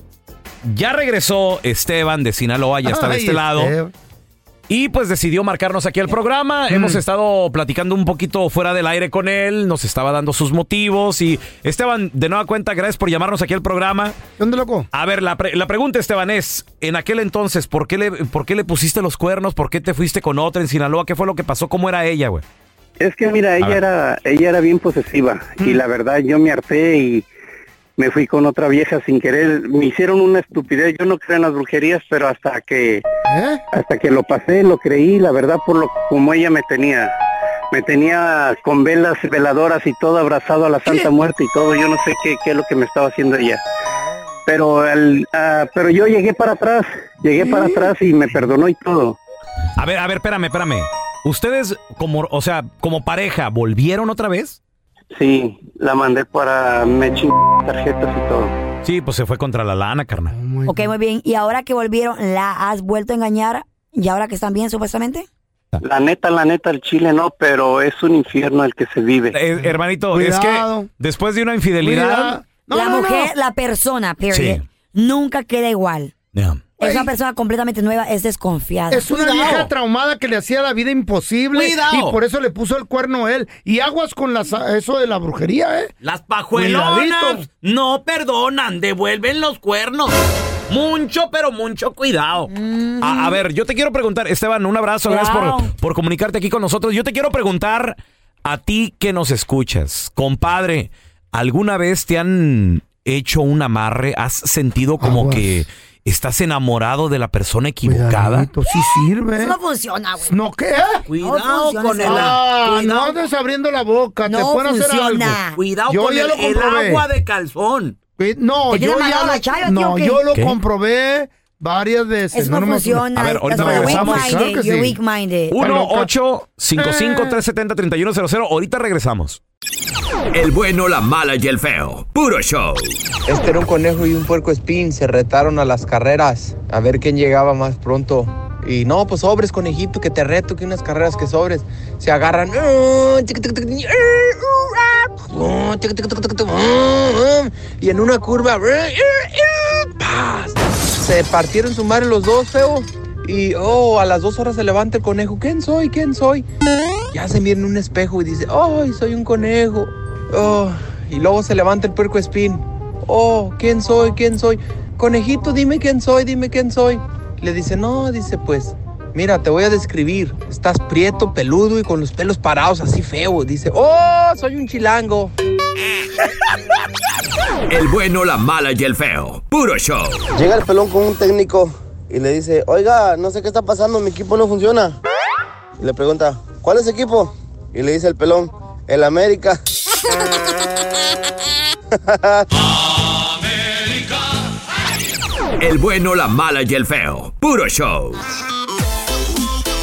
Speaker 4: Ya regresó Esteban de Sinaloa, ya está de
Speaker 17: Ay,
Speaker 4: este lado.
Speaker 17: Esteban.
Speaker 4: Y pues decidió marcarnos aquí al
Speaker 6: Mm.
Speaker 4: programa. Hemos estado platicando un poquito fuera del aire con él, nos estaba dando sus motivos. Y Esteban, de nueva cuenta, gracias por llamarnos aquí al programa.
Speaker 6: ¿Dónde loco?
Speaker 4: A ver, la, pre- la pregunta, Esteban, es, en aquel entonces, ¿por qué, le, ¿por qué le pusiste los cuernos? ¿Por qué te fuiste con otra en Sinaloa? ¿Qué fue lo que pasó? ¿Cómo era ella, güey?
Speaker 14: Es que mira, ella
Speaker 4: ver.
Speaker 14: era, ella era bien posesiva y la verdad yo me harté y me fui con otra vieja sin querer. Me hicieron una estupidez. Yo no creo en las brujerías, pero hasta que hasta que lo pasé, lo creí, la verdad por lo como ella me tenía. Me tenía con velas veladoras y todo abrazado a la Santa Muerte y todo. Yo no sé qué, qué es lo que me estaba haciendo ella. Pero al- ah, pero yo llegué para atrás, llegué para atrás y me perdonó y todo.
Speaker 4: A ver, a ver, espérame, espérame. ¿Ustedes, como, o sea, como pareja, volvieron otra vez?
Speaker 14: Sí, la mandé para me chingó tarjetas y todo.
Speaker 4: Sí, pues se fue contra la lana, carnal.
Speaker 5: Ok, muy bien. Y ahora que volvieron, ¿la has vuelto a engañar? ¿Y ahora que están bien, supuestamente?
Speaker 14: La neta, la neta, el Chile no, pero es un infierno el que se vive.
Speaker 4: Eh, hermanito, es que después de una infidelidad...
Speaker 5: Ah, la mujer, la persona, period,
Speaker 4: Sí.
Speaker 5: nunca queda igual.
Speaker 4: Yeah.
Speaker 5: Es una persona completamente nueva, es desconfiada.
Speaker 6: Es una vieja traumada que le hacía la vida imposible
Speaker 5: Cuidado.
Speaker 6: y por eso le puso el cuerno a él. Y aguas con las, eso de la brujería, ¿eh?
Speaker 18: Las pajuelonas
Speaker 6: Cuidadito.
Speaker 18: no perdonan, devuelven los cuernos. Mucho, pero mucho cuidado.
Speaker 4: A, a ver, yo te quiero preguntar, Esteban, un abrazo, gracias por,
Speaker 18: Claro.
Speaker 4: por comunicarte aquí con nosotros. Yo te quiero preguntar a ti que nos escuchas, compadre, ¿alguna vez te han hecho un amarre? ¿Has sentido como que estás enamorado de la persona equivocada?
Speaker 6: sí sirve.
Speaker 5: No funciona, güey.
Speaker 6: ¿No qué?
Speaker 5: Cuidado funciona con esa el-
Speaker 6: Ah,
Speaker 5: cuidado.
Speaker 6: no andes abriendo la boca, te pueden hacer algo.
Speaker 18: Cuidado
Speaker 6: Yo
Speaker 18: con
Speaker 6: ya
Speaker 18: el,
Speaker 6: lo
Speaker 18: el
Speaker 6: comprobé.
Speaker 18: agua de calzón.
Speaker 6: Eh, No,
Speaker 18: ¿Te tiene
Speaker 6: yo ya
Speaker 18: amarrado la chayo,
Speaker 6: lo,
Speaker 18: tío,
Speaker 6: no,
Speaker 18: o qué?
Speaker 6: yo lo
Speaker 4: ¿Qué?
Speaker 6: comprobé varias veces.
Speaker 5: Eso no,
Speaker 6: me-
Speaker 5: funciona. Estás weak-minded,
Speaker 6: Claro que
Speaker 5: you're
Speaker 6: sí.
Speaker 5: weak-minded. Ah.
Speaker 4: 1-855-370-3100. Ahorita regresamos.
Speaker 2: El bueno, la mala y el feo. Puro show.
Speaker 19: Este era un conejo y un puerco espín, se retaron a las carreras, a ver quién llegaba más pronto. Y no, pues sobres, conejito, que te reto, que unas carreras que sobres. Se agarran. "Ah, tic, tic, tic, ah, ah, ah, tic, tic, tic, tic, tic, ah, ah", Y en una curva. "Ah, ah, ah", ¡paz! Se partieron su madre los dos, feo. Y oh, a las dos horas se levanta el conejo. ¿Quién soy? ¿Quién soy? Ya se mira en un espejo y dice, ¡ay, soy un conejo! Oh, y luego se levanta el puerco espín. Oh, ¿quién soy? ¿Quién soy? Conejito, dime quién soy, dime quién soy. Le dice, no, dice, pues, mira, te voy a describir. Estás prieto, peludo y con los pelos parados, así feo. Dice, oh, soy un chilango.
Speaker 2: El bueno, la mala y el feo. Puro show.
Speaker 20: Llega el pelón con un técnico y le dice, oiga, no sé qué está pasando, mi equipo no funciona. Y le pregunta, ¿cuál es el equipo? Y le dice el pelón, el América.
Speaker 2: El bueno, la mala y el feo. Puro show.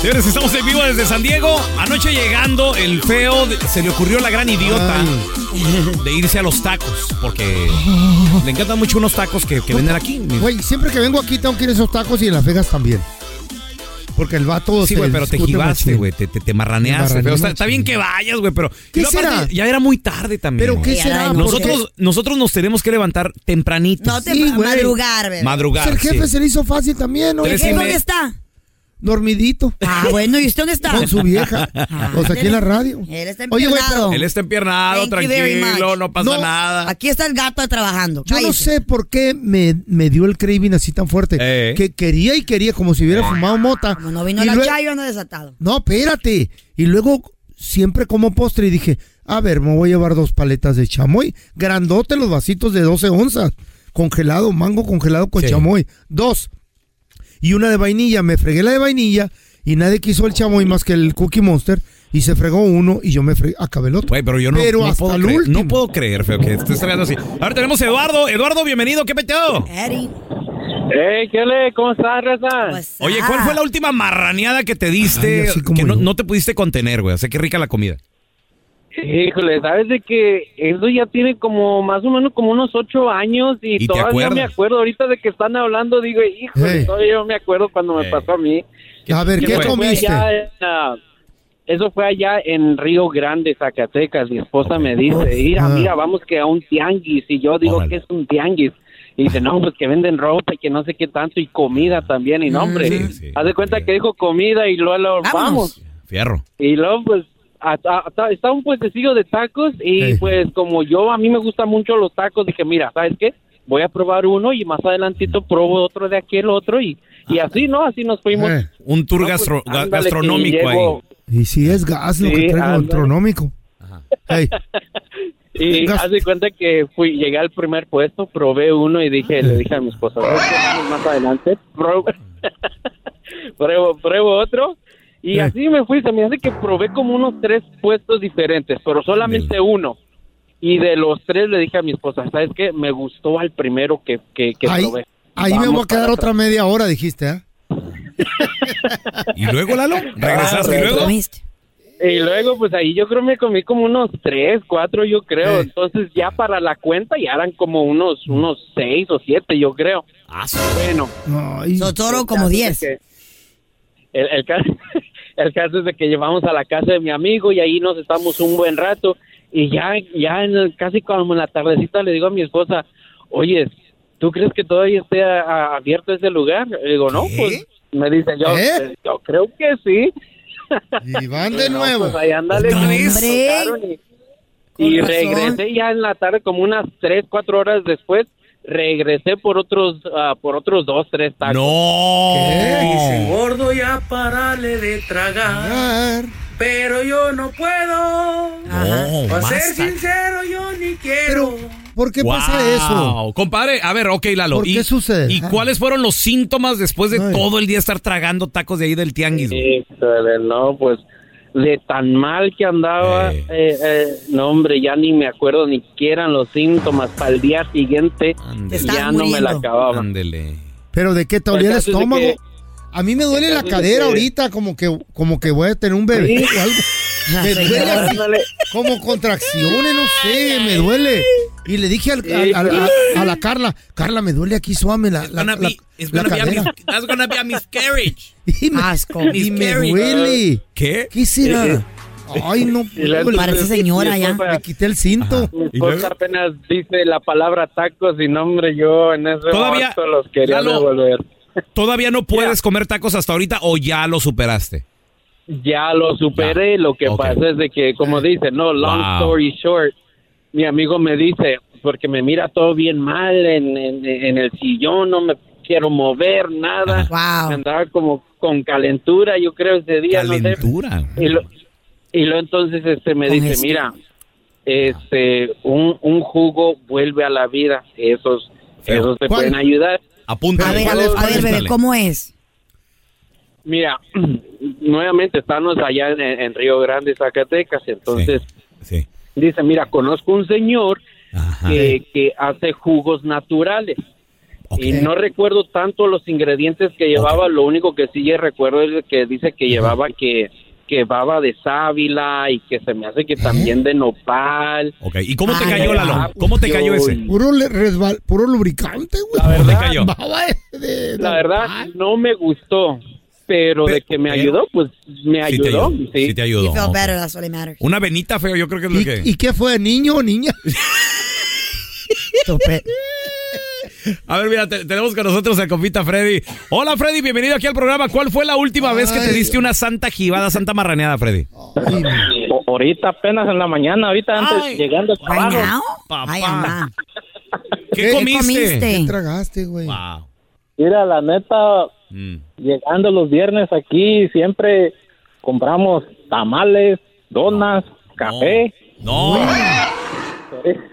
Speaker 4: Señores, estamos en vivo desde San Diego. Anoche llegando, el feo de- se le ocurrió la gran idiota
Speaker 6: Ah.
Speaker 4: de irse a los tacos.
Speaker 6: <laughs>
Speaker 4: Porque le encantan mucho unos tacos que, que venden aquí.
Speaker 6: <laughs> Güey, siempre que vengo aquí tengo que ir a esos tacos y en Las Vegas también. Porque el vato
Speaker 4: Sí,
Speaker 6: se
Speaker 4: güey, pero te
Speaker 6: discute
Speaker 4: jibaste,
Speaker 6: machín.
Speaker 4: güey. Te, te, te marraneaste.
Speaker 6: Marraneé
Speaker 4: feo. está,
Speaker 6: machín.
Speaker 4: está bien que vayas, güey, pero.
Speaker 6: ¿Qué
Speaker 4: y luego,
Speaker 6: será?
Speaker 4: aparte, Ya era muy tarde también.
Speaker 6: ¿Pero
Speaker 4: güey.
Speaker 6: qué será? ¿Por
Speaker 4: Nosotros, nosotros nos tenemos que levantar tempranitos.
Speaker 5: No te madrugar, bebé.
Speaker 4: Madrugar,
Speaker 6: El jefe
Speaker 4: sí.
Speaker 6: se le hizo fácil también, ¿no?
Speaker 4: Tres y
Speaker 5: ¿Qué,
Speaker 4: me-
Speaker 5: ¿Dónde está?
Speaker 6: Dormidito.
Speaker 5: Ah, bueno, ¿y usted dónde está?
Speaker 6: Con su
Speaker 5: <laughs>
Speaker 6: vieja. O sea, aquí en la radio.
Speaker 5: Él está
Speaker 6: Oye, güey,
Speaker 5: empiernado.
Speaker 4: Él está empiernado,
Speaker 5: Thank you very
Speaker 4: tranquilo,
Speaker 5: much.
Speaker 4: no pasa nada.
Speaker 5: Aquí está el gato trabajando.
Speaker 6: Yo no sé por qué me, me dio el craving así tan fuerte.
Speaker 4: Eh.
Speaker 6: Que quería y quería, como si hubiera fumado mota.
Speaker 5: Eh. No vino
Speaker 6: Y
Speaker 5: la
Speaker 6: lue-
Speaker 5: chayo, ando desatado.
Speaker 6: No, espérate. Y luego siempre como postre y dije, a ver, me voy a llevar dos paletas de chamoy. Grandote los vasitos de 12 onzas. Congelado, mango congelado con chamoy. Dos. Y una de vainilla. Me fregué la de vainilla y nadie quiso el chamoy más que el Cookie Monster. Y se fregó uno y yo me fregué, acabé el otro.
Speaker 4: Güey, pero yo no,
Speaker 6: Pero
Speaker 4: no
Speaker 6: hasta
Speaker 4: puedo
Speaker 6: el
Speaker 4: creer,
Speaker 6: último.
Speaker 4: no puedo creer, feo, que estés tragando así. Ahora tenemos a Eduardo. Eduardo, bienvenido, qué peteado.
Speaker 11: Hey, ¿qué le? ¿Cómo estás, Reza?
Speaker 4: Oye, ¿cuál
Speaker 5: Ah.
Speaker 4: fue la última marraneada que te diste que no, no te pudiste contener, güey? O sea, qué rica la comida.
Speaker 11: Híjole, sabes de que eso ya tiene como más o menos como unos ocho años y,
Speaker 4: ¿Y te
Speaker 11: todavía
Speaker 4: acuerdas?
Speaker 11: me acuerdo ahorita de que están hablando, digo, híjole,
Speaker 6: Hey.
Speaker 11: todavía yo me acuerdo cuando me pasó a mí.
Speaker 6: A ver,
Speaker 11: Que
Speaker 6: ¿qué
Speaker 11: fue
Speaker 6: comiste?
Speaker 11: allá en, ah, eso fue allá en Río Grande, Zacatecas. Mi esposa me dice, mira,
Speaker 10: Ah.
Speaker 11: mira, vamos que a un tianguis. Y yo digo, ¿qué es un tianguis? Y dice, no, pues que venden ropa y que no sé qué tanto y comida también. Y
Speaker 6: Mm.
Speaker 11: no, hombre, haz de cuenta que dijo comida y luego, luego, vamos.
Speaker 4: Fierro.
Speaker 11: Y luego, pues, a- a- a- estaba un puestecillo de tacos y pues como yo, a mí me gustan mucho los tacos, dije, mira, ¿sabes qué? Voy a probar uno y más adelantito probo otro de aquel otro y, y así, ¿no? Así nos fuimos.
Speaker 6: Eh.
Speaker 4: Ah. Un tour
Speaker 11: pues,
Speaker 4: gastro- ga- gastronómico ahí.
Speaker 6: Y si es gas lo
Speaker 11: Sí,
Speaker 6: que traigo,
Speaker 11: ándale.
Speaker 6: astronómico. Ey,
Speaker 11: Y haz de cuenta que fui, llegué al primer puesto, probé uno y dije, le dije a mi esposa, "Oye, vamos más adelante, pruebo, <laughs> pruebo, pruebo otro. Y
Speaker 10: Eh.
Speaker 11: así me fui, se me hace que probé como unos tres puestos diferentes, pero solamente uno. Y de los tres le dije a mi esposa, ¿sabes qué? Me gustó al primero que, que, que
Speaker 6: Ahí-
Speaker 11: probé.
Speaker 6: ahí me
Speaker 11: Vamos
Speaker 6: voy a quedar
Speaker 11: para
Speaker 6: otra
Speaker 11: atrás.
Speaker 6: media hora, dijiste, ¿ah?
Speaker 4: ¿Y luego,
Speaker 11: <laughs>
Speaker 4: Lalo? ¿Regresaste y luego?
Speaker 11: Ah, Y luego, pues ahí yo creo me comí como unos tres, cuatro, yo
Speaker 4: Eh.
Speaker 11: creo. Entonces ya para la cuenta ya eran como unos, unos seis o siete, yo creo.
Speaker 4: Ah,
Speaker 11: Bueno.
Speaker 5: Sotoro como
Speaker 11: El caso
Speaker 5: 10.
Speaker 11: es de que- El, el ca- <laughs> el caso, es de que llevamos a la casa de mi amigo y ahí nos estamos un buen rato. Y ya, ya en el- casi como en la tardecita le digo a mi esposa, oye, ¿tú crees que todavía esté a- a- abierto ese lugar? Le digo, no, pues me dice yo,
Speaker 6: ¿Eh?
Speaker 11: yo creo que sí.
Speaker 6: <laughs> Y van de nuevo.
Speaker 11: Pues ahí ándale.
Speaker 6: ¿Otra
Speaker 11: que
Speaker 6: vez?
Speaker 11: tocaron y- Y
Speaker 6: Con razón.
Speaker 11: regresé ya en la tarde, como unas 3, 4 horas después, regresé por otros ah, por otros 2, 3 tacos.
Speaker 4: ¡No!
Speaker 19: Gordo ya parale de tragar. Pero yo no puedo.
Speaker 4: No,
Speaker 19: Para ser
Speaker 4: basta.
Speaker 19: sincero, yo ni quiero.
Speaker 6: ¿Por qué
Speaker 4: Wow.
Speaker 6: pasa eso?
Speaker 4: Compadre, a ver, ok, Lalo.
Speaker 6: ¿Por
Speaker 4: ¿y-
Speaker 6: qué sucede?
Speaker 4: ¿Y
Speaker 6: Ah.
Speaker 4: cuáles fueron los síntomas después de todo el día estar tragando tacos de ahí del tianguis? güey?
Speaker 11: Híjole, no, pues de tan mal que andaba, eh, eh, no hombre, ya ni me acuerdo ni qué eran los síntomas. Para el día siguiente
Speaker 6: Estás
Speaker 11: ya no me la
Speaker 6: muriendo.
Speaker 11: acababa.
Speaker 6: Pero de qué te dolía el
Speaker 11: El
Speaker 4: Pues,
Speaker 11: caso es de
Speaker 6: estómago.
Speaker 11: que-
Speaker 6: A mí me duele
Speaker 11: el
Speaker 6: la
Speaker 11: caso es de
Speaker 6: cadera
Speaker 11: que-
Speaker 6: ahorita, como que, como que voy a tener un bebé
Speaker 11: Sí.
Speaker 6: o
Speaker 4: <laughs>
Speaker 6: algo. Me
Speaker 11: Sí,
Speaker 6: duele así,
Speaker 11: ándale.
Speaker 6: como contracciones, no sé, me duele. Y le dije al- al- al-
Speaker 4: pues.
Speaker 6: a, a la Carla, Carla, me duele aquí suave la, la, la, la cadera.
Speaker 4: That's gonna be a miscarriage.
Speaker 6: <laughs> Y me,
Speaker 5: Asco.
Speaker 6: y me duele.
Speaker 4: ¿Qué?
Speaker 6: ¿Qué será?
Speaker 11: Sí,
Speaker 6: Ay,
Speaker 4: <laughs>
Speaker 6: no.
Speaker 11: Y la-
Speaker 6: puedo.
Speaker 11: Parece señora ya.
Speaker 6: Me quité el cinto.
Speaker 11: Mi esposa pues, apenas dice la palabra tacos y nombre yo en ese
Speaker 4: Todavía-
Speaker 11: momento los quería
Speaker 4: Lalo.
Speaker 11: devolver.
Speaker 4: ¿Todavía no puedes comer tacos hasta ahorita o ya lo superaste?
Speaker 11: Ya lo superé, lo que pasa es de que, como dice, no, long
Speaker 4: Wow.
Speaker 11: story short, mi amigo me dice, porque me mira todo bien mal en, en- en el sillón, no me quiero mover, nada.
Speaker 5: Ah,
Speaker 11: Me Andaba como con calentura, yo creo, ese día. ¿Calentura? Y, lo- y luego entonces este me
Speaker 10: Con
Speaker 11: dice,
Speaker 10: esto.
Speaker 11: mira, este, un, un jugo vuelve a la vida, esos, esos te
Speaker 5: ¿Cuál?
Speaker 11: pueden ayudar.
Speaker 4: Apúntale.
Speaker 5: A ver, a ver, a ver, bebé, ¿cómo es?
Speaker 11: Mira, <clears throat> nuevamente estamos allá en, en Río Grande, Zacatecas, entonces dice, mira, conozco un señor que, que hace jugos naturales. Y no recuerdo tanto los ingredientes que llevaba, lo único que sí recuerdo es que dice que llevaba que, que baba de sábila y que se me hace que también de nopal.
Speaker 4: ¿Eh? Ok, ¿y cómo te cayó, Lalo? ¿Cómo te cayó ese?
Speaker 6: Puro, le- resbal- puro lubricante, güey.
Speaker 11: La verdad,
Speaker 6: Baba de- de-
Speaker 11: la verdad no me gustó, pero de que me ayudó, pues me
Speaker 4: Sí te
Speaker 11: ayudó.
Speaker 4: ayudó, sí te ayudó.
Speaker 5: You felt
Speaker 4: Ok.
Speaker 5: better, that's all that matters.
Speaker 4: Una venita feo, yo creo que es lo que...
Speaker 6: ¿Y qué fue, niño o niña?
Speaker 4: A ver, mira, te- tenemos con nosotros a Copita Freddy. Hola, Freddy, bienvenido aquí al programa. ¿Cuál fue la última vez que te diste una santa jibada, santa marraneada, Freddy?
Speaker 21: O- Ahorita apenas en la mañana, ahorita antes
Speaker 4: Ay.
Speaker 21: llegando al trabajo.
Speaker 5: mamá.
Speaker 4: ¿Qué comiste?
Speaker 6: ¿Qué tragaste, güey?
Speaker 21: Mira, la neta,
Speaker 4: Mm.
Speaker 21: llegando los viernes aquí siempre compramos tamales, donas, café.
Speaker 4: No.
Speaker 21: <laughs>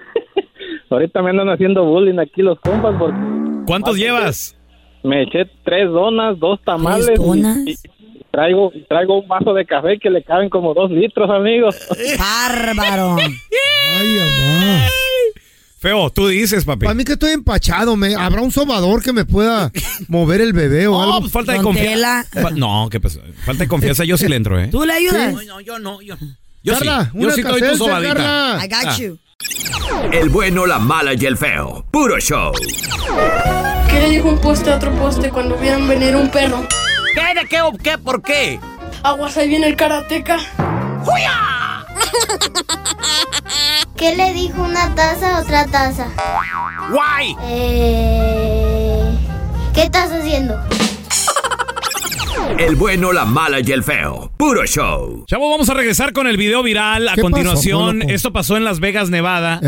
Speaker 21: Ahorita me andan haciendo bullying aquí los compas porque...
Speaker 4: ¿Cuántos llevas?
Speaker 21: Me eché tres donas, dos tamales.
Speaker 5: ¿Tres donas?
Speaker 21: y- y traigo, traigo un vaso de café que le caben como dos litros,
Speaker 4: <laughs>
Speaker 21: amigos.
Speaker 5: Bárbaro.
Speaker 6: Ay, mamá.
Speaker 4: Feo, tú dices, papi.
Speaker 6: Para mí que estoy empachado, me, ¿habrá un sobador que me pueda mover el bebé o algo?
Speaker 4: pues falta de confianza. Fa- No, ¿qué pasó? Falta de confianza, yo sí le entro, ¿eh?
Speaker 5: ¿Tú le ayudas? No,
Speaker 22: no, yo no. Yo,
Speaker 4: Yo sí, yo sí doy tu sobadita.
Speaker 22: Carla.
Speaker 5: I got
Speaker 2: Ah.
Speaker 5: you.
Speaker 2: El bueno, la mala y el feo. Puro show.
Speaker 3: ¿Qué dijo un poste a otro poste cuando vieron venir un perro?
Speaker 22: ¿Qué? ¿De qué? o ¿Qué? ¿Por qué?
Speaker 3: Aguas, ahí viene el karateca.
Speaker 23: ¿Qué le dijo una taza a otra taza?
Speaker 22: ¡Guay!
Speaker 23: Eh, ¿Qué estás haciendo?
Speaker 2: El bueno, la mala y el feo. Puro show.
Speaker 4: Chavo, vamos a regresar con el video viral. A
Speaker 2: ¿Qué pasó,
Speaker 4: continuación,
Speaker 2: loco?
Speaker 4: esto pasó en Las Vegas, Nevada,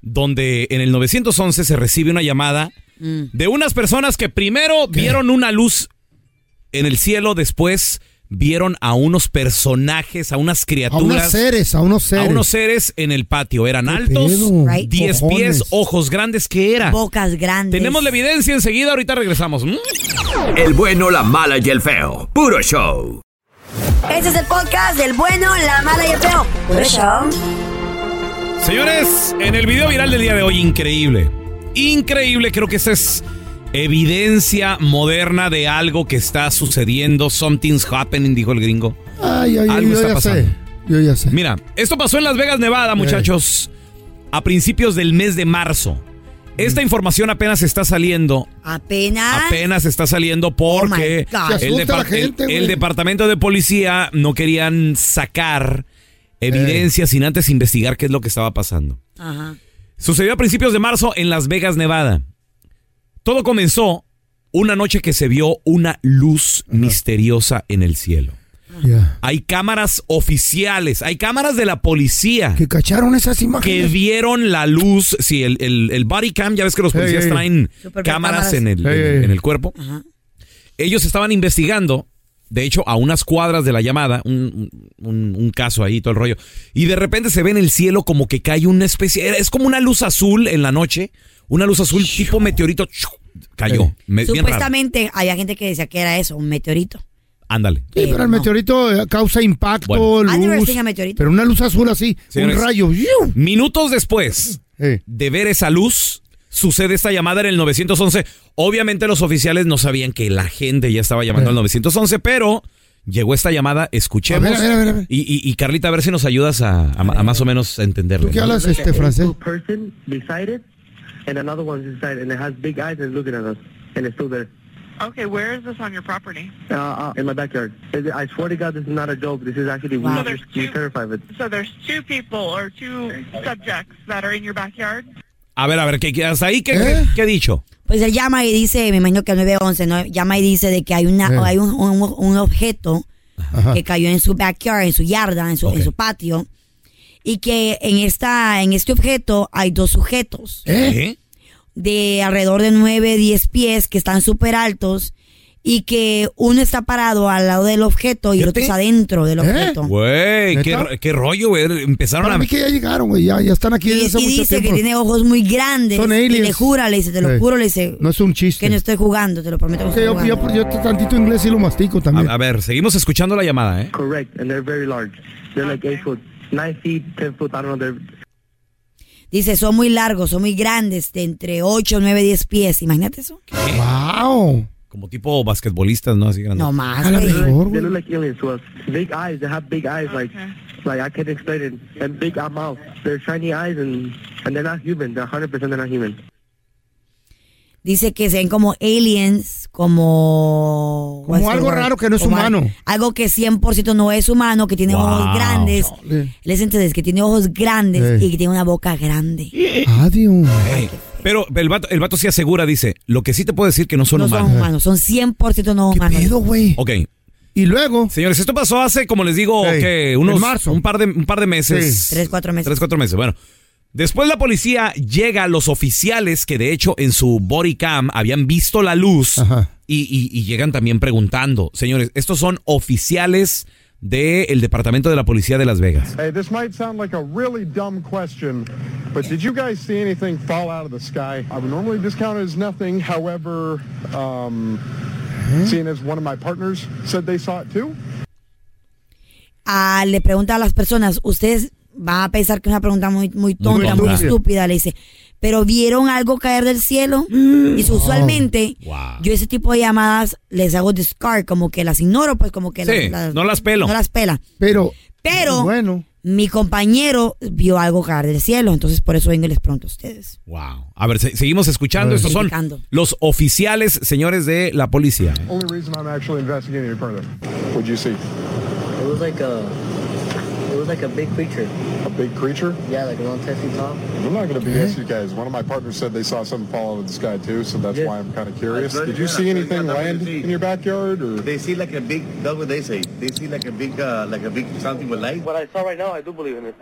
Speaker 4: donde en el 911 se recibe una llamada de unas personas que primero vieron una luz en el cielo, después vieron a unos personajes, a unas
Speaker 6: A
Speaker 4: criaturas.
Speaker 6: unos seres, pues, a unos seres.
Speaker 4: A unos seres en el patio. Eran altos,
Speaker 6: pedo? Right.
Speaker 4: 10 pies,
Speaker 6: Cojones.
Speaker 4: ojos grandes que era.
Speaker 5: Bocas grandes.
Speaker 4: Tenemos la evidencia enseguida, ahorita regresamos. ¿Mm?
Speaker 2: El bueno, la mala y el feo. Puro show.
Speaker 5: Este es el podcast del bueno, la mala y el feo. Por eso.
Speaker 4: Señores, en el video viral del día de hoy, increíble. Increíble, creo que esa es evidencia moderna de algo que está sucediendo. Something's happening, dijo el gringo.
Speaker 6: Ay, ay, ay,
Speaker 4: Algo
Speaker 6: yo
Speaker 4: está
Speaker 6: ya
Speaker 4: pasando.
Speaker 6: sé. Yo ya sé.
Speaker 4: Mira, esto pasó en Las Vegas,
Speaker 5: Eh.
Speaker 4: Nevada, muchachos, a principios del mes de marzo.
Speaker 5: Mm.
Speaker 4: Esta información apenas está saliendo
Speaker 5: Apenas.
Speaker 4: apenas está saliendo porque
Speaker 5: Ah. Oh, my God. Se
Speaker 4: el,
Speaker 5: asusta la
Speaker 4: depar-
Speaker 5: gente,
Speaker 4: el-
Speaker 5: güey.
Speaker 4: el departamento de policía no querían sacar evidencia sin antes investigar qué es lo que estaba pasando.
Speaker 5: Ajá.
Speaker 4: Sucedió a principios de marzo en Las Vegas, Nevada. Todo comenzó una noche que se vio una luz misteriosa en el cielo.
Speaker 6: Ya.
Speaker 4: Hay cámaras oficiales, hay cámaras de la policía
Speaker 6: Que cacharon esas
Speaker 4: que
Speaker 6: imágenes.
Speaker 4: vieron la luz. Sí, el, el, el body cam, ya ves que los
Speaker 6: Ey,
Speaker 4: policías
Speaker 6: ey.
Speaker 4: traen
Speaker 6: Super
Speaker 4: cámaras
Speaker 6: cámaras.
Speaker 4: en el,
Speaker 6: Ey,
Speaker 4: en-
Speaker 6: ey.
Speaker 4: en el cuerpo. Ellos estaban investigando, de hecho, a unas cuadras de la llamada, un, un- un caso ahí, todo el rollo. Y de repente se ve en el cielo como que cae una especie, era- es como una luz azul en la noche, una luz azul tipo meteorito, chu, cayó. Me- bien raro.
Speaker 5: Supuestamente había gente que decía que era eso, un meteorito.
Speaker 4: Ándale.
Speaker 6: Sí, pero el meteorito eh, causa impacto,
Speaker 5: I never
Speaker 6: luz.
Speaker 5: seen a meteorito.
Speaker 6: Pero una luz azul así,
Speaker 4: Señores,
Speaker 6: un rayo.
Speaker 4: Minutos después de ver esa luz, sucede esta llamada en el 911. Obviamente los oficiales no sabían que la gente ya estaba llamando al 911, pero llegó esta llamada, escuchemos.
Speaker 6: A ver, a ver, a ver, a ver.
Speaker 4: Y, y- y, Carlita, a ver si nos ayudas a, a- a más o menos a entenderlo.
Speaker 6: ¿Tú qué
Speaker 4: ¿no?
Speaker 6: hablas este francés?
Speaker 24: person beside it, and another one's inside, and it has big eyes and it's looking at us, and it's still there.
Speaker 25: Okay, where is this on your property?
Speaker 24: Uh, uh, in my backyard. Is it- I swear to God, this is not a joke. This is actually
Speaker 25: Wow.
Speaker 24: we just we terrified of it.
Speaker 25: So there's two people or two subjects that are in your backyard.
Speaker 4: A ver, a ver, ¿qué, qué- hasta ahí
Speaker 6: ¿Eh?
Speaker 4: qué, qué- qué ha dicho?
Speaker 5: Pues él llama y dice, me imagino que al 911, ¿no? Llama y dice de que hay, una,
Speaker 4: Sí.
Speaker 6: Eh.
Speaker 5: hay un, un- un objeto que cayó en su backyard, en su yarda, en su, en su patio. Y que en, esta, en este objeto hay dos sujetos.
Speaker 6: ¿Eh?
Speaker 5: de alrededor de 9, 10 pies que están súper altos y que uno está parado al lado del objeto y el otro está adentro
Speaker 6: ¿Eh?
Speaker 5: del objeto.
Speaker 4: Güey, qué, ro- qué rollo, güey. Empezaron
Speaker 5: Para
Speaker 4: a...
Speaker 5: mí que ya
Speaker 6: Llegaron, güey, ya, ya están aquí
Speaker 5: Y,
Speaker 6: desde hace
Speaker 5: y
Speaker 6: mucho
Speaker 5: dice
Speaker 6: tiempo.
Speaker 5: que tiene ojos muy grandes.
Speaker 6: Son
Speaker 5: y le
Speaker 6: aliens.
Speaker 5: jura, le dice, te lo
Speaker 6: Eh.
Speaker 5: juro, le dice
Speaker 6: No es un chiste.
Speaker 5: que no estoy jugando, te lo prometo.
Speaker 6: Que yo, yo, yo tantito inglés y lo mastico también.
Speaker 4: A ver, seguimos escuchando la llamada, ¿eh?
Speaker 24: Correct, and they're very large. They're like eight foot, nine feet, ten foot. I don't know. They're
Speaker 5: Dice, son muy largos, son muy grandes, de entre 8, 9, 10 pies. Imagínate eso.
Speaker 4: ¡Wow! Como tipo basquetbolistas, ¿no? Así grandes.
Speaker 5: No más,
Speaker 24: They
Speaker 5: güey.
Speaker 24: look, they look like aliens to us. Big eyes. They have big eyes. Like, like I can not explain it. And big uh, mouth. They're shiny eyes, and and they're not human. They're 100 percent they're not human.
Speaker 5: Dice que se ven como aliens, como...
Speaker 6: Como algo raro que no es
Speaker 5: como
Speaker 6: humano.
Speaker 5: al- Algo que 100% no es humano, que tiene
Speaker 6: Wow.
Speaker 5: ojos grandes. Les entiendes, que tiene ojos grandes
Speaker 4: Sí.
Speaker 5: y que tiene una boca grande.
Speaker 6: Adiós.
Speaker 4: Ey, pero el vato, el vato sí asegura, dice, lo que sí te puedo decir que no son
Speaker 5: no
Speaker 4: humanos.
Speaker 5: son humanos, son 100% no humanos. ¿Qué
Speaker 6: eh. güey?
Speaker 4: Ok.
Speaker 6: Y luego.
Speaker 4: Señores, esto pasó hace, como les digo, que unos
Speaker 5: en marzo.
Speaker 4: un par de un par de meses.
Speaker 5: Sí. Tres, cuatro meses.
Speaker 4: Tres, cuatro meses. Bueno. Después la policía llega a los oficiales que de hecho en su body cam habían visto la luz y, y- y llegan también preguntando. Señores, estos son oficiales del Departamento de la Policía de Las Vegas.
Speaker 26: Hey, this might sound like a really dumb question, but did you guys see anything fall out of the sky? I would normally discount it as nothing. However, um, seeing as one of my partners said they saw it too,
Speaker 5: Ah, le pregunta a las personas, ustedes van a pensar que es una pregunta muy, muy tonta, muy,
Speaker 8: tonta.
Speaker 5: estúpida, le dice, pero vieron algo caer del cielo.
Speaker 4: Mm.
Speaker 5: y si usualmente
Speaker 4: Oh,
Speaker 5: yo ese tipo de llamadas les hago discard, como que las ignoro, pues como que
Speaker 4: Sí, no las pelo.
Speaker 5: No las pela.
Speaker 6: Pero,
Speaker 5: pero
Speaker 6: bueno.
Speaker 5: mi compañero vio algo caer del cielo, entonces por eso vengo y les pregunto a ustedes.
Speaker 4: Wow. A ver, se- seguimos escuchando.
Speaker 5: Ay.
Speaker 4: Estos son
Speaker 5: Criticando.
Speaker 4: los oficiales, señores de la policía.
Speaker 26: only reason I'm actually investigating it further. What'd you see?
Speaker 27: It was like a, it was like a big creature.
Speaker 26: A big creature?
Speaker 27: Yeah, like a long testy top.
Speaker 26: I'm not going to BS you guys. One of my partners said they saw something fall out of the sky too, so that's why I'm kind of curious. Did you see anything land in your backyard? Or?
Speaker 28: They see like a big. That's what they say. They see like a big, uh, like a big something with light. What I saw right now, I do believe in it.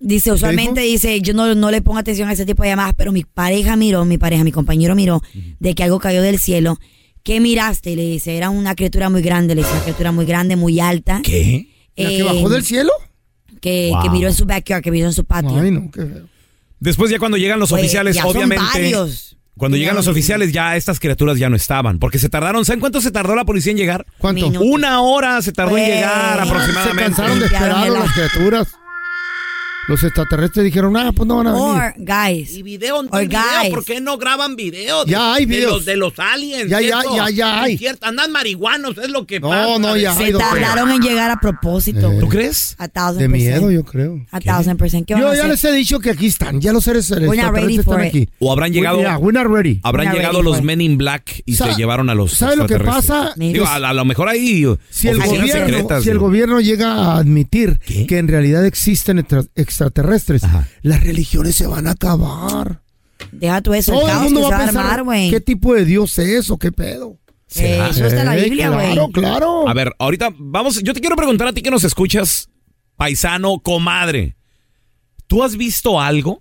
Speaker 5: Dice, usualmente dice, yo no, no le pongo atención a ese tipo de llamadas, pero mi pareja miró, mi pareja, mi compañero miró de que algo cayó del cielo. ¿Qué miraste? Y le dice, era una criatura muy grande, le dice, una criatura muy grande, muy alta. Eh,
Speaker 4: ¿Qué?
Speaker 6: ¿La que bajó del cielo?
Speaker 5: Que,
Speaker 4: Wow.
Speaker 5: que miró en su backyard, que miró en su patio.
Speaker 6: Ay, no, qué feo.
Speaker 4: Después ya cuando llegan los
Speaker 5: Oye,
Speaker 4: oficiales,
Speaker 5: ya son
Speaker 4: obviamente...
Speaker 5: varios.
Speaker 4: Cuando llegan los oficiales ya estas criaturas ya no estaban, porque se tardaron, ¿saben cuánto se tardó la policía en llegar?
Speaker 6: ¿Cuánto? Minutos.
Speaker 4: Una hora se tardó en
Speaker 6: Güey.
Speaker 4: llegar aproximadamente.
Speaker 6: Se cansaron de esperar a las criaturas. Los extraterrestres dijeron, ah, pues no van a venir.
Speaker 5: Or, guys.
Speaker 29: Y video,
Speaker 5: Or
Speaker 29: y video,
Speaker 5: guys.
Speaker 29: ¿por qué no graban video? de-
Speaker 6: Ya hay videos.
Speaker 29: De los, de los aliens.
Speaker 6: Ya, ya,
Speaker 29: ¿cierto?
Speaker 6: ya, ya hay.
Speaker 29: Es cierto, andan marihuanos, es lo que
Speaker 6: No,
Speaker 29: pasa.
Speaker 6: no, ya
Speaker 5: Se tardaron en llegar a propósito.
Speaker 6: Eh.
Speaker 5: güey.
Speaker 6: ¿Tú
Speaker 4: crees?
Speaker 5: A thousand
Speaker 6: De miedo,
Speaker 5: percent.
Speaker 6: yo creo.
Speaker 5: A thousand percent. ¿Qué van a
Speaker 6: Yo ya
Speaker 5: hacer?
Speaker 6: les he dicho que aquí están, ya los seres
Speaker 5: We're not ready
Speaker 6: extraterrestres están
Speaker 5: for it.
Speaker 6: aquí.
Speaker 4: O habrán
Speaker 6: We-
Speaker 4: llegado-
Speaker 6: yeah, we're not ready.
Speaker 4: Habrán
Speaker 6: We're not
Speaker 4: llegado
Speaker 6: ready pues.
Speaker 4: los
Speaker 6: for it.
Speaker 4: Men in Black y
Speaker 6: Sa-
Speaker 4: se llevaron a los
Speaker 6: ¿sabe lo que
Speaker 4: extraterrestres.
Speaker 6: pasa?
Speaker 4: Digo, a, la- a lo mejor ahí
Speaker 6: Si el,
Speaker 4: oficinas
Speaker 6: gobierno,
Speaker 4: secretas,
Speaker 6: si el
Speaker 4: digo.
Speaker 6: gobierno llega a admitir que en realidad existen extra- extraterrestres, las religiones se van a acabar.
Speaker 5: Deja tú eso, el
Speaker 6: Todo el
Speaker 5: caos
Speaker 6: mundo
Speaker 5: que se
Speaker 6: va
Speaker 5: va a
Speaker 6: a pensar
Speaker 5: armar, güey.
Speaker 6: qué tipo de Dios es o qué pedo.
Speaker 5: Eh, eso está en la
Speaker 6: Eh,
Speaker 5: Biblia, güey.
Speaker 6: Claro, claro.
Speaker 4: A ver, ahorita vamos, yo te quiero preguntar a ti que nos escuchas, paisano, comadre. ¿Tú has visto algo?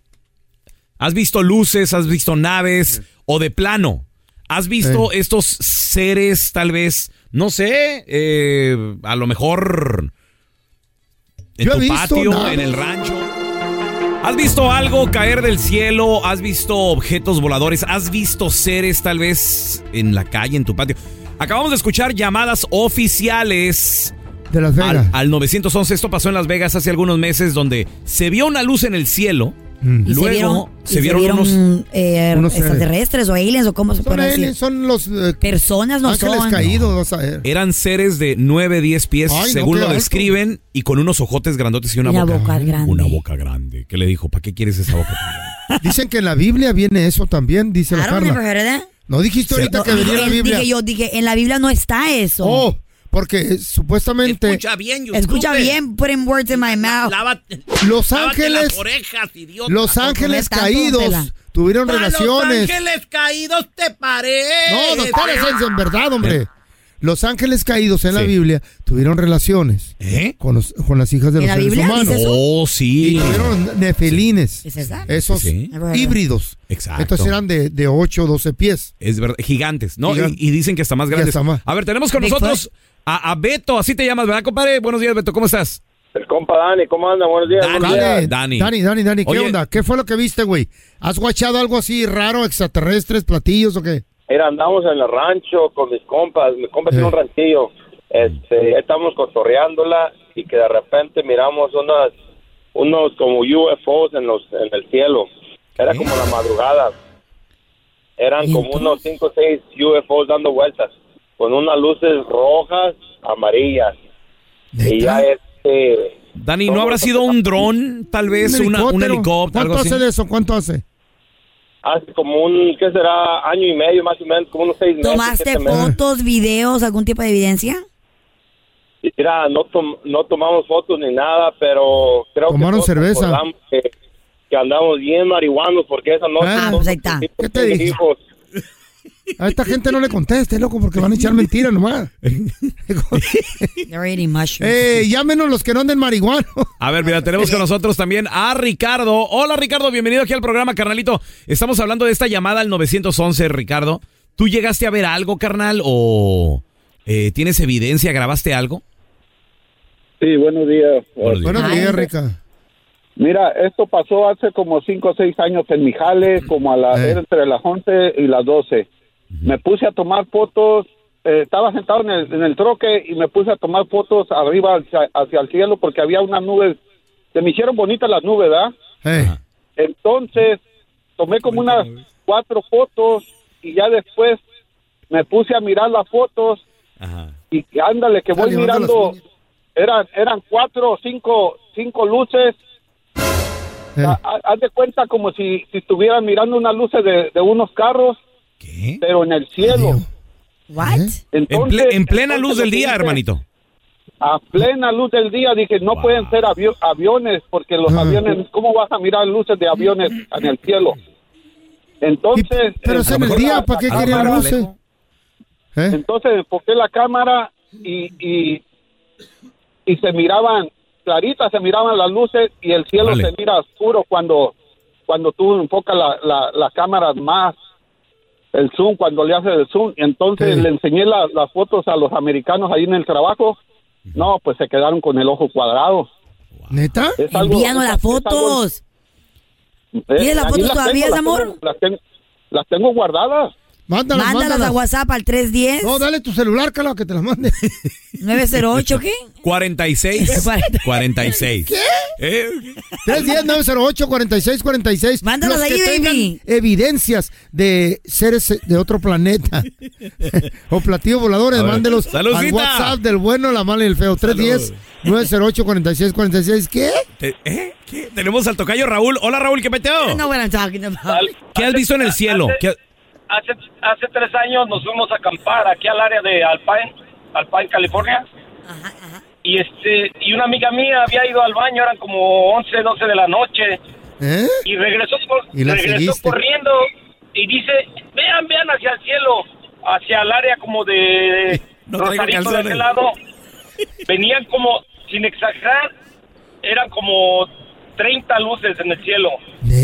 Speaker 4: ¿Has visto luces? ¿Has visto naves? ¿O de plano? ¿Has visto estos seres tal vez, no sé, eh, a lo mejor en
Speaker 6: Yo he
Speaker 4: tu
Speaker 6: visto
Speaker 4: patio,
Speaker 6: naves.
Speaker 4: en el rancho? ¿Has visto algo caer del cielo? ¿Has visto objetos voladores? ¿Has visto seres tal vez en la calle, en tu patio? Acabamos de escuchar llamadas oficiales
Speaker 6: De Las Vegas.
Speaker 4: al, al 911. Esto pasó en Las Vegas hace algunos meses donde se vio una luz en el cielo.
Speaker 6: Mm.
Speaker 5: Y
Speaker 4: Luego
Speaker 5: se vieron, y
Speaker 4: se vieron unos...
Speaker 5: eh,
Speaker 4: unos seres.
Speaker 5: extraterrestres o aliens o cómo se
Speaker 6: Son
Speaker 5: pueden decir.
Speaker 6: aliens, son los eh,
Speaker 5: Personas no
Speaker 6: ángeles
Speaker 5: son.
Speaker 6: caídos, vas a ver.
Speaker 4: Eran seres de 9, 10 pies,
Speaker 6: Ay, no,
Speaker 4: según
Speaker 6: qué
Speaker 4: lo
Speaker 6: alto.
Speaker 4: describen, y con unos ojotes grandotes y una,
Speaker 5: Una
Speaker 4: boca,
Speaker 5: boca grande.
Speaker 4: Una boca grande. ¿Qué le dijo? ¿Para qué quieres esa boca?
Speaker 6: <laughs> Dicen que en la Biblia viene eso también, dice la
Speaker 5: I don't
Speaker 6: Carla.
Speaker 5: remember, ¿verdad?
Speaker 6: No dijiste ahorita
Speaker 5: No,
Speaker 6: que venía la
Speaker 5: dije-
Speaker 6: Biblia.
Speaker 5: Dije yo, dije, en la Biblia no está eso.
Speaker 6: Oh, porque eh, supuestamente
Speaker 5: Escucha bien, eh. Escucha bien, putting words in my mouth.
Speaker 6: Los ángeles- los ángeles caídos tuvieron
Speaker 29: A
Speaker 6: relaciones.
Speaker 29: Los ángeles caídos te paré.
Speaker 6: No, no eres en, en verdad, hombre. Los ángeles caídos en la Biblia tuvieron relaciones con, los- con las hijas de
Speaker 5: ¿En
Speaker 6: los
Speaker 5: la
Speaker 6: seres
Speaker 5: Biblia
Speaker 6: humanos.
Speaker 5: dice eso?
Speaker 4: Oh, sí.
Speaker 6: Y tuvieron nefelines.
Speaker 5: ¿Es verdad?
Speaker 6: Esos
Speaker 4: Sí.
Speaker 6: híbridos.
Speaker 4: Exacto.
Speaker 6: Entonces eran de, de 8 o 12 pies.
Speaker 4: Es verdad, gigantes, ¿no?
Speaker 6: Gigan-
Speaker 4: Y, y dicen que hasta más
Speaker 6: Y
Speaker 4: grandes.
Speaker 6: hasta más.
Speaker 4: A ver, tenemos con
Speaker 6: Bigfoot.
Speaker 4: nosotros a, a Beto, así te llamas, ¿verdad, compadre? Buenos días, Beto, ¿cómo estás?
Speaker 30: El compa Dani, ¿cómo anda? Buenos días.
Speaker 4: Dani,
Speaker 30: buenos días.
Speaker 4: Dani.
Speaker 6: Dani, Dani, Dani, ¿qué
Speaker 30: Oye.
Speaker 6: onda? ¿Qué fue lo que viste, güey? ¿Has guachado algo así raro, extraterrestres, platillos o qué?
Speaker 30: Mira, andamos en el rancho con mis compas. Mi compa tiene un ranchillo. Este, estamos cotorreándola y que de repente miramos unas unos como UFOs en, los, en el cielo. Era como la madrugada. Eran como unos 5 o 6 UFOs dando vueltas, con unas luces rojas, amarillas. Y ya este...
Speaker 4: Dani, ¿no habrá sido un dron, tal vez una, un helicóptero?
Speaker 6: ¿Cuánto
Speaker 4: Oh, Algo así?
Speaker 6: hace de eso? ¿Cuánto hace?
Speaker 30: Hace como un, ¿qué será? Año y medio más o menos, como unos seis meses.
Speaker 5: ¿Tomaste
Speaker 30: siete meses.
Speaker 5: fotos, videos, algún tipo de evidencia?
Speaker 30: Mira, no, tom- no tomamos fotos ni nada, pero creo
Speaker 6: Tomaron
Speaker 30: que todos
Speaker 6: cerveza.
Speaker 30: recordamos Que, que andamos bien marihuanos porque esa noche
Speaker 6: Ah,
Speaker 30: todos
Speaker 6: pues ahí está.
Speaker 30: mis
Speaker 6: ¿Qué te dije?
Speaker 30: hijos-
Speaker 6: A esta gente no le conteste, loco, porque van a echar mentiras nomás.
Speaker 5: <laughs> They're eating mushrooms.
Speaker 6: Eh, llámenos los que no anden marihuana.
Speaker 4: A ver, mira, tenemos con nosotros también a Ricardo. Hola, Ricardo, bienvenido aquí al programa, carnalito. Estamos hablando de esta llamada al 911, Ricardo. ¿Tú llegaste a ver algo, carnal, o eh, tienes evidencia, grabaste algo?
Speaker 20: Sí, buenos días.
Speaker 6: Buenos días, Rica.
Speaker 20: Mira, esto pasó hace como 5 o 6 años en Mijales, como a
Speaker 6: Eh.
Speaker 20: la, era entre las 11 y las 12. Me puse a tomar fotos, eh, estaba sentado en el, en el troque y me puse a tomar fotos arriba hacia, hacia el cielo porque había unas nubes, se me hicieron bonitas las nubes, ¿verdad? Entonces, tomé como unas cuatro fotos y ya después me puse a mirar las fotos y que ándale, que voy
Speaker 8: levanta las
Speaker 20: mirando, eran, eran cuatro o cinco, cinco luces. Ha- ha- Haz de cuenta como si, si estuvieran mirando unas luces de, de unos carros, pero en el cielo.
Speaker 5: ¿What?
Speaker 4: En, ple- en plena luz del día, hermanito.
Speaker 20: A plena luz del día dije, no pueden ser avio- aviones, porque los aviones, ¿cómo vas a mirar luces de aviones en el cielo? Entonces...
Speaker 6: <laughs> Pero es
Speaker 20: eh,
Speaker 6: en el día, ¿para qué
Speaker 20: la
Speaker 6: querían
Speaker 20: cámara-
Speaker 6: luces? ¿Eh?
Speaker 20: Entonces enfoqué la cámara y, y, y se miraban claritas, se miraban las luces y el cielo
Speaker 18: Vale.
Speaker 20: se mira oscuro cuando, cuando tú enfocas la, la, la cámara más el zoom, cuando le haces el zoom. Entonces le enseñé la- las fotos a los americanos ahí en el trabajo. No, pues se quedaron con el ojo cuadrado.
Speaker 6: ¿Neta?
Speaker 5: Envíanos las fotos. ¿Tienes las fotos todavía, amor?
Speaker 20: Las Eh, tengo, las tengo guardadas.
Speaker 6: Mándalas,
Speaker 5: Mándalas, a WhatsApp al 310.
Speaker 6: No, dale tu celular, Carlos, que te las mande.
Speaker 5: 908, ¿qué? <laughs>
Speaker 4: 46. 46. ¿Qué? ¿Eh?
Speaker 6: 310-908-4646.
Speaker 5: Mándalas
Speaker 6: Los que
Speaker 5: ahí,
Speaker 6: tengan
Speaker 5: baby.
Speaker 6: Evidencias de seres eh, de otro
Speaker 5: <laughs>
Speaker 6: planeta o platillos voladores,
Speaker 8: A ver,
Speaker 6: mándelos al
Speaker 8: saludcita.
Speaker 6: WhatsApp del bueno, la mala y el feo. 310-908-4646. ¿Qué?
Speaker 4: Te- ¿eh? ¿Qué? Tenemos al tocayo Raúl. Hola, Raúl, ¿qué peteo?
Speaker 5: No, bueno, talking about.
Speaker 4: ¿Qué has visto en el cielo? ¿Qué ha-
Speaker 12: hace, hace tres años nos fuimos a acampar aquí al área de Alpine, Alpine, California. Y este y una amiga mía había ido al baño, eran como 11, 12 de la noche.
Speaker 6: ¿Eh?
Speaker 12: Y regresó, cor-
Speaker 6: Y la
Speaker 12: regresó
Speaker 6: seguiste.
Speaker 12: corriendo y dice, vean, vean hacia el cielo, hacia el área como de
Speaker 8: No traigo
Speaker 12: Rosarito de
Speaker 8: calzones.
Speaker 12: aquel lado. Venían como, sin exagerar, eran como 30 luces en el cielo.